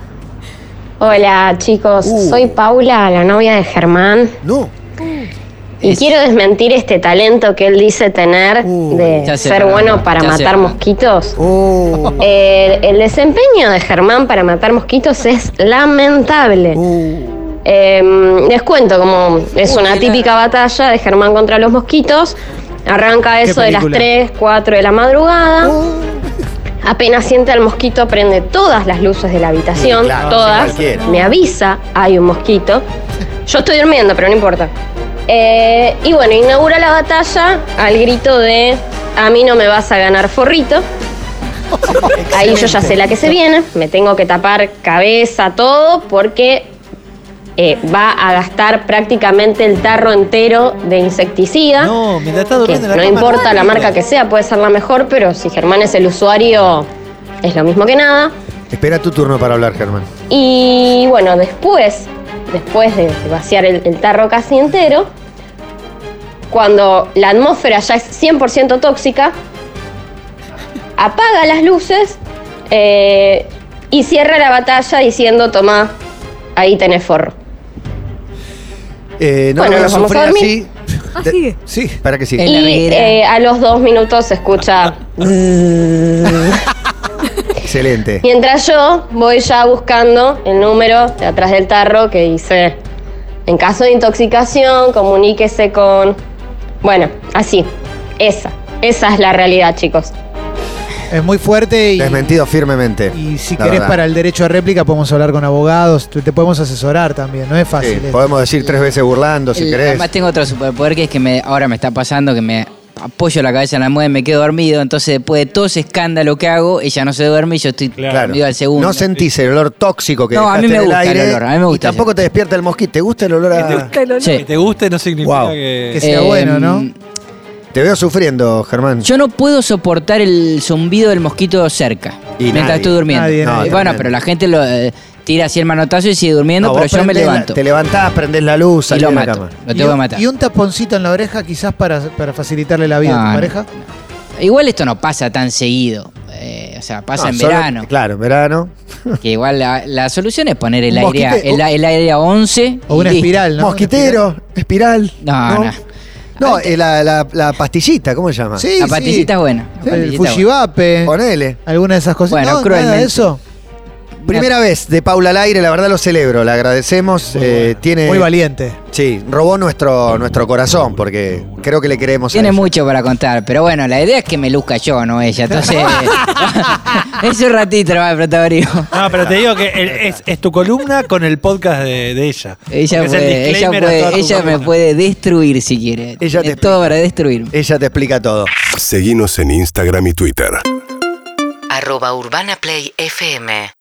M: Hola chicos,
B: Uh.
M: soy Paula, la novia de Germán,
B: No.
M: y quiero desmentir este talento que él dice tener
A: Uh, Ya
M: de
A: sé,
M: ser
A: Fernanda,
M: bueno para
A: ya sé,
M: matar
A: Fernanda.
M: mosquitos.
B: Uh.
M: Eh. El, el desempeño de Germán para matar mosquitos es lamentable.
B: Uh.
M: Em, les cuento como es
A: Uh,
M: una
A: mirá.
M: típica batalla de Germán contra los mosquitos. Arranca
C: Qué
M: eso de las
C: película.
M: 3, 4 de la madrugada.
B: Oh.
M: Apenas siente al mosquito, prende todas las luces de la habitación,
B: Sí, claro, sí,
M: todas.
B: cualquiera.
M: Me avisa, hay un mosquito. Yo estoy durmiendo, pero no importa. Eh, y bueno, inaugura la batalla al grito de a mí no me vas a ganar forrito. Ahí yo ya sé la que se viene, me tengo que tapar cabeza, todo, porque eh, va a gastar prácticamente el tarro entero de insecticida.
D: No, mientras estás
M: Que
D: durmiendo en
M: no
D: la cama,
M: importa la
D: mira.
M: marca que sea, puede ser la mejor, pero si Germán es el usuario, es lo mismo que nada.
B: Espera tu turno para hablar, Germán.
M: Y bueno, después, después de vaciar el, el tarro casi entero, cuando la atmósfera ya es 100% tóxica, apaga las luces eh, y cierra la batalla diciendo, tomá, ahí tenés forro.
B: Eh,
M: Bueno,
B: no lo voy a
M: nos vamos
B: sufrir
M: a
B: así.
M: dormir.
E: Ah, sigue.
B: Sí, para que sí.
A: El-
M: Y
A: larguera.
M: eh, a los dos minutos se escucha... zzzz.
B: Excelente.
M: Mientras yo voy ya buscando el número de atrás del tarro que dice, en caso de intoxicación, comuníquese con... Bueno, así, esa, esa es la realidad, chicos.
C: Es muy fuerte y,
B: Desmentido firmemente.
C: y si
B: la
C: querés
B: verdad.
C: para el derecho a réplica podemos hablar con abogados, te, te podemos asesorar también, no es
B: Sí,
C: fácil. esto.
B: podemos decir tres veces burlando si
A: El-
B: querés.
A: Además tengo otro superpoder que es que me, ahora me está pasando que me apoyo la cabeza en la mueve y me quedo dormido. Entonces después de todo ese escándalo que hago, ella no se duerme y yo estoy
B: Claro.
A: dormido al segundo.
B: No sentís el olor tóxico que
A: No, a mí
B: dejaste
A: me
B: en
A: gusta el
B: aire
A: olor, a mí me gusta
B: Y tampoco te despierta el mosquito. ¿Te gusta el olor a.?
E: Está el olor.
A: Sí.
D: Que te guste no significa
B: Wow.
C: que
D: que.
C: sea
A: Eh,
C: bueno, ¿no?
B: Te veo sufriendo, Germán.
A: Yo no puedo soportar el zumbido del mosquito cerca
B: Y
A: mientras
B: nadie.
A: estoy durmiendo.
C: Nadie,
A: Eh,
B: nadie.
A: bueno, pero la gente lo eh, tira así el manotazo y sigue durmiendo,
B: No,
A: pero
B: vos
A: yo me
B: prendés la-
A: levanto.
B: te levantás, prendés la luz,
A: y
B: salís
A: lo
B: de la
A: mato.
B: cama.
A: Lo
C: y,
A: tengo que
C: un-
A: matar.
C: y un taponcito en la oreja quizás para, para facilitarle la vida
A: No,
C: a
A: no.
C: tu pareja.
A: Igual esto no pasa tan seguido. eh, o sea, pasa
B: No,
A: en
B: solo-
A: verano.
B: Claro, en verano.
A: Que igual la, la solución es poner el
B: Un
A: aire, a,
B: mosquite-
A: el, a- el aire a 11.
C: O una
A: y listo.
C: espiral, ¿no?
B: Mosquitero, espiral.
A: No, no.
B: No, eh, la, la- la pastillita, ¿cómo se llama?
C: Sí,
A: La
C: sí.
A: patillita es buena. la
C: Sí,
A: patillita
C: el
A: es buena.
C: Fujivape,
B: Ponele.
C: alguna de esas cosas.
A: Bueno,
C: no, nada de
A: cruelmente.
C: eso.
B: Primera vez de Paula al aire, la verdad lo celebro, la agradecemos. eh, tiene,
C: Muy valiente.
B: Sí, robó nuestro, nuestro corazón porque creo que le queremos. a
A: Tiene
B: ella.
A: mucho para contar, pero bueno, la idea es que me luzca yo, no ella. Entonces, es un ratito más el protagonismo.
D: No, pero te digo que el- es, es tu columna con el podcast de, de ella.
A: Ella,
D: Porque es el
A: puede- ella,
D: disclaimer a
A: puede-
D: toda tu
A: ella me
D: columna.
A: puede destruir si quiere.
B: Ella te
A: Tiene todo para destruirme.
B: Ella te explica todo.
N: Seguinos en Instagram y Twitter.
O: Arroba Urbana Play FM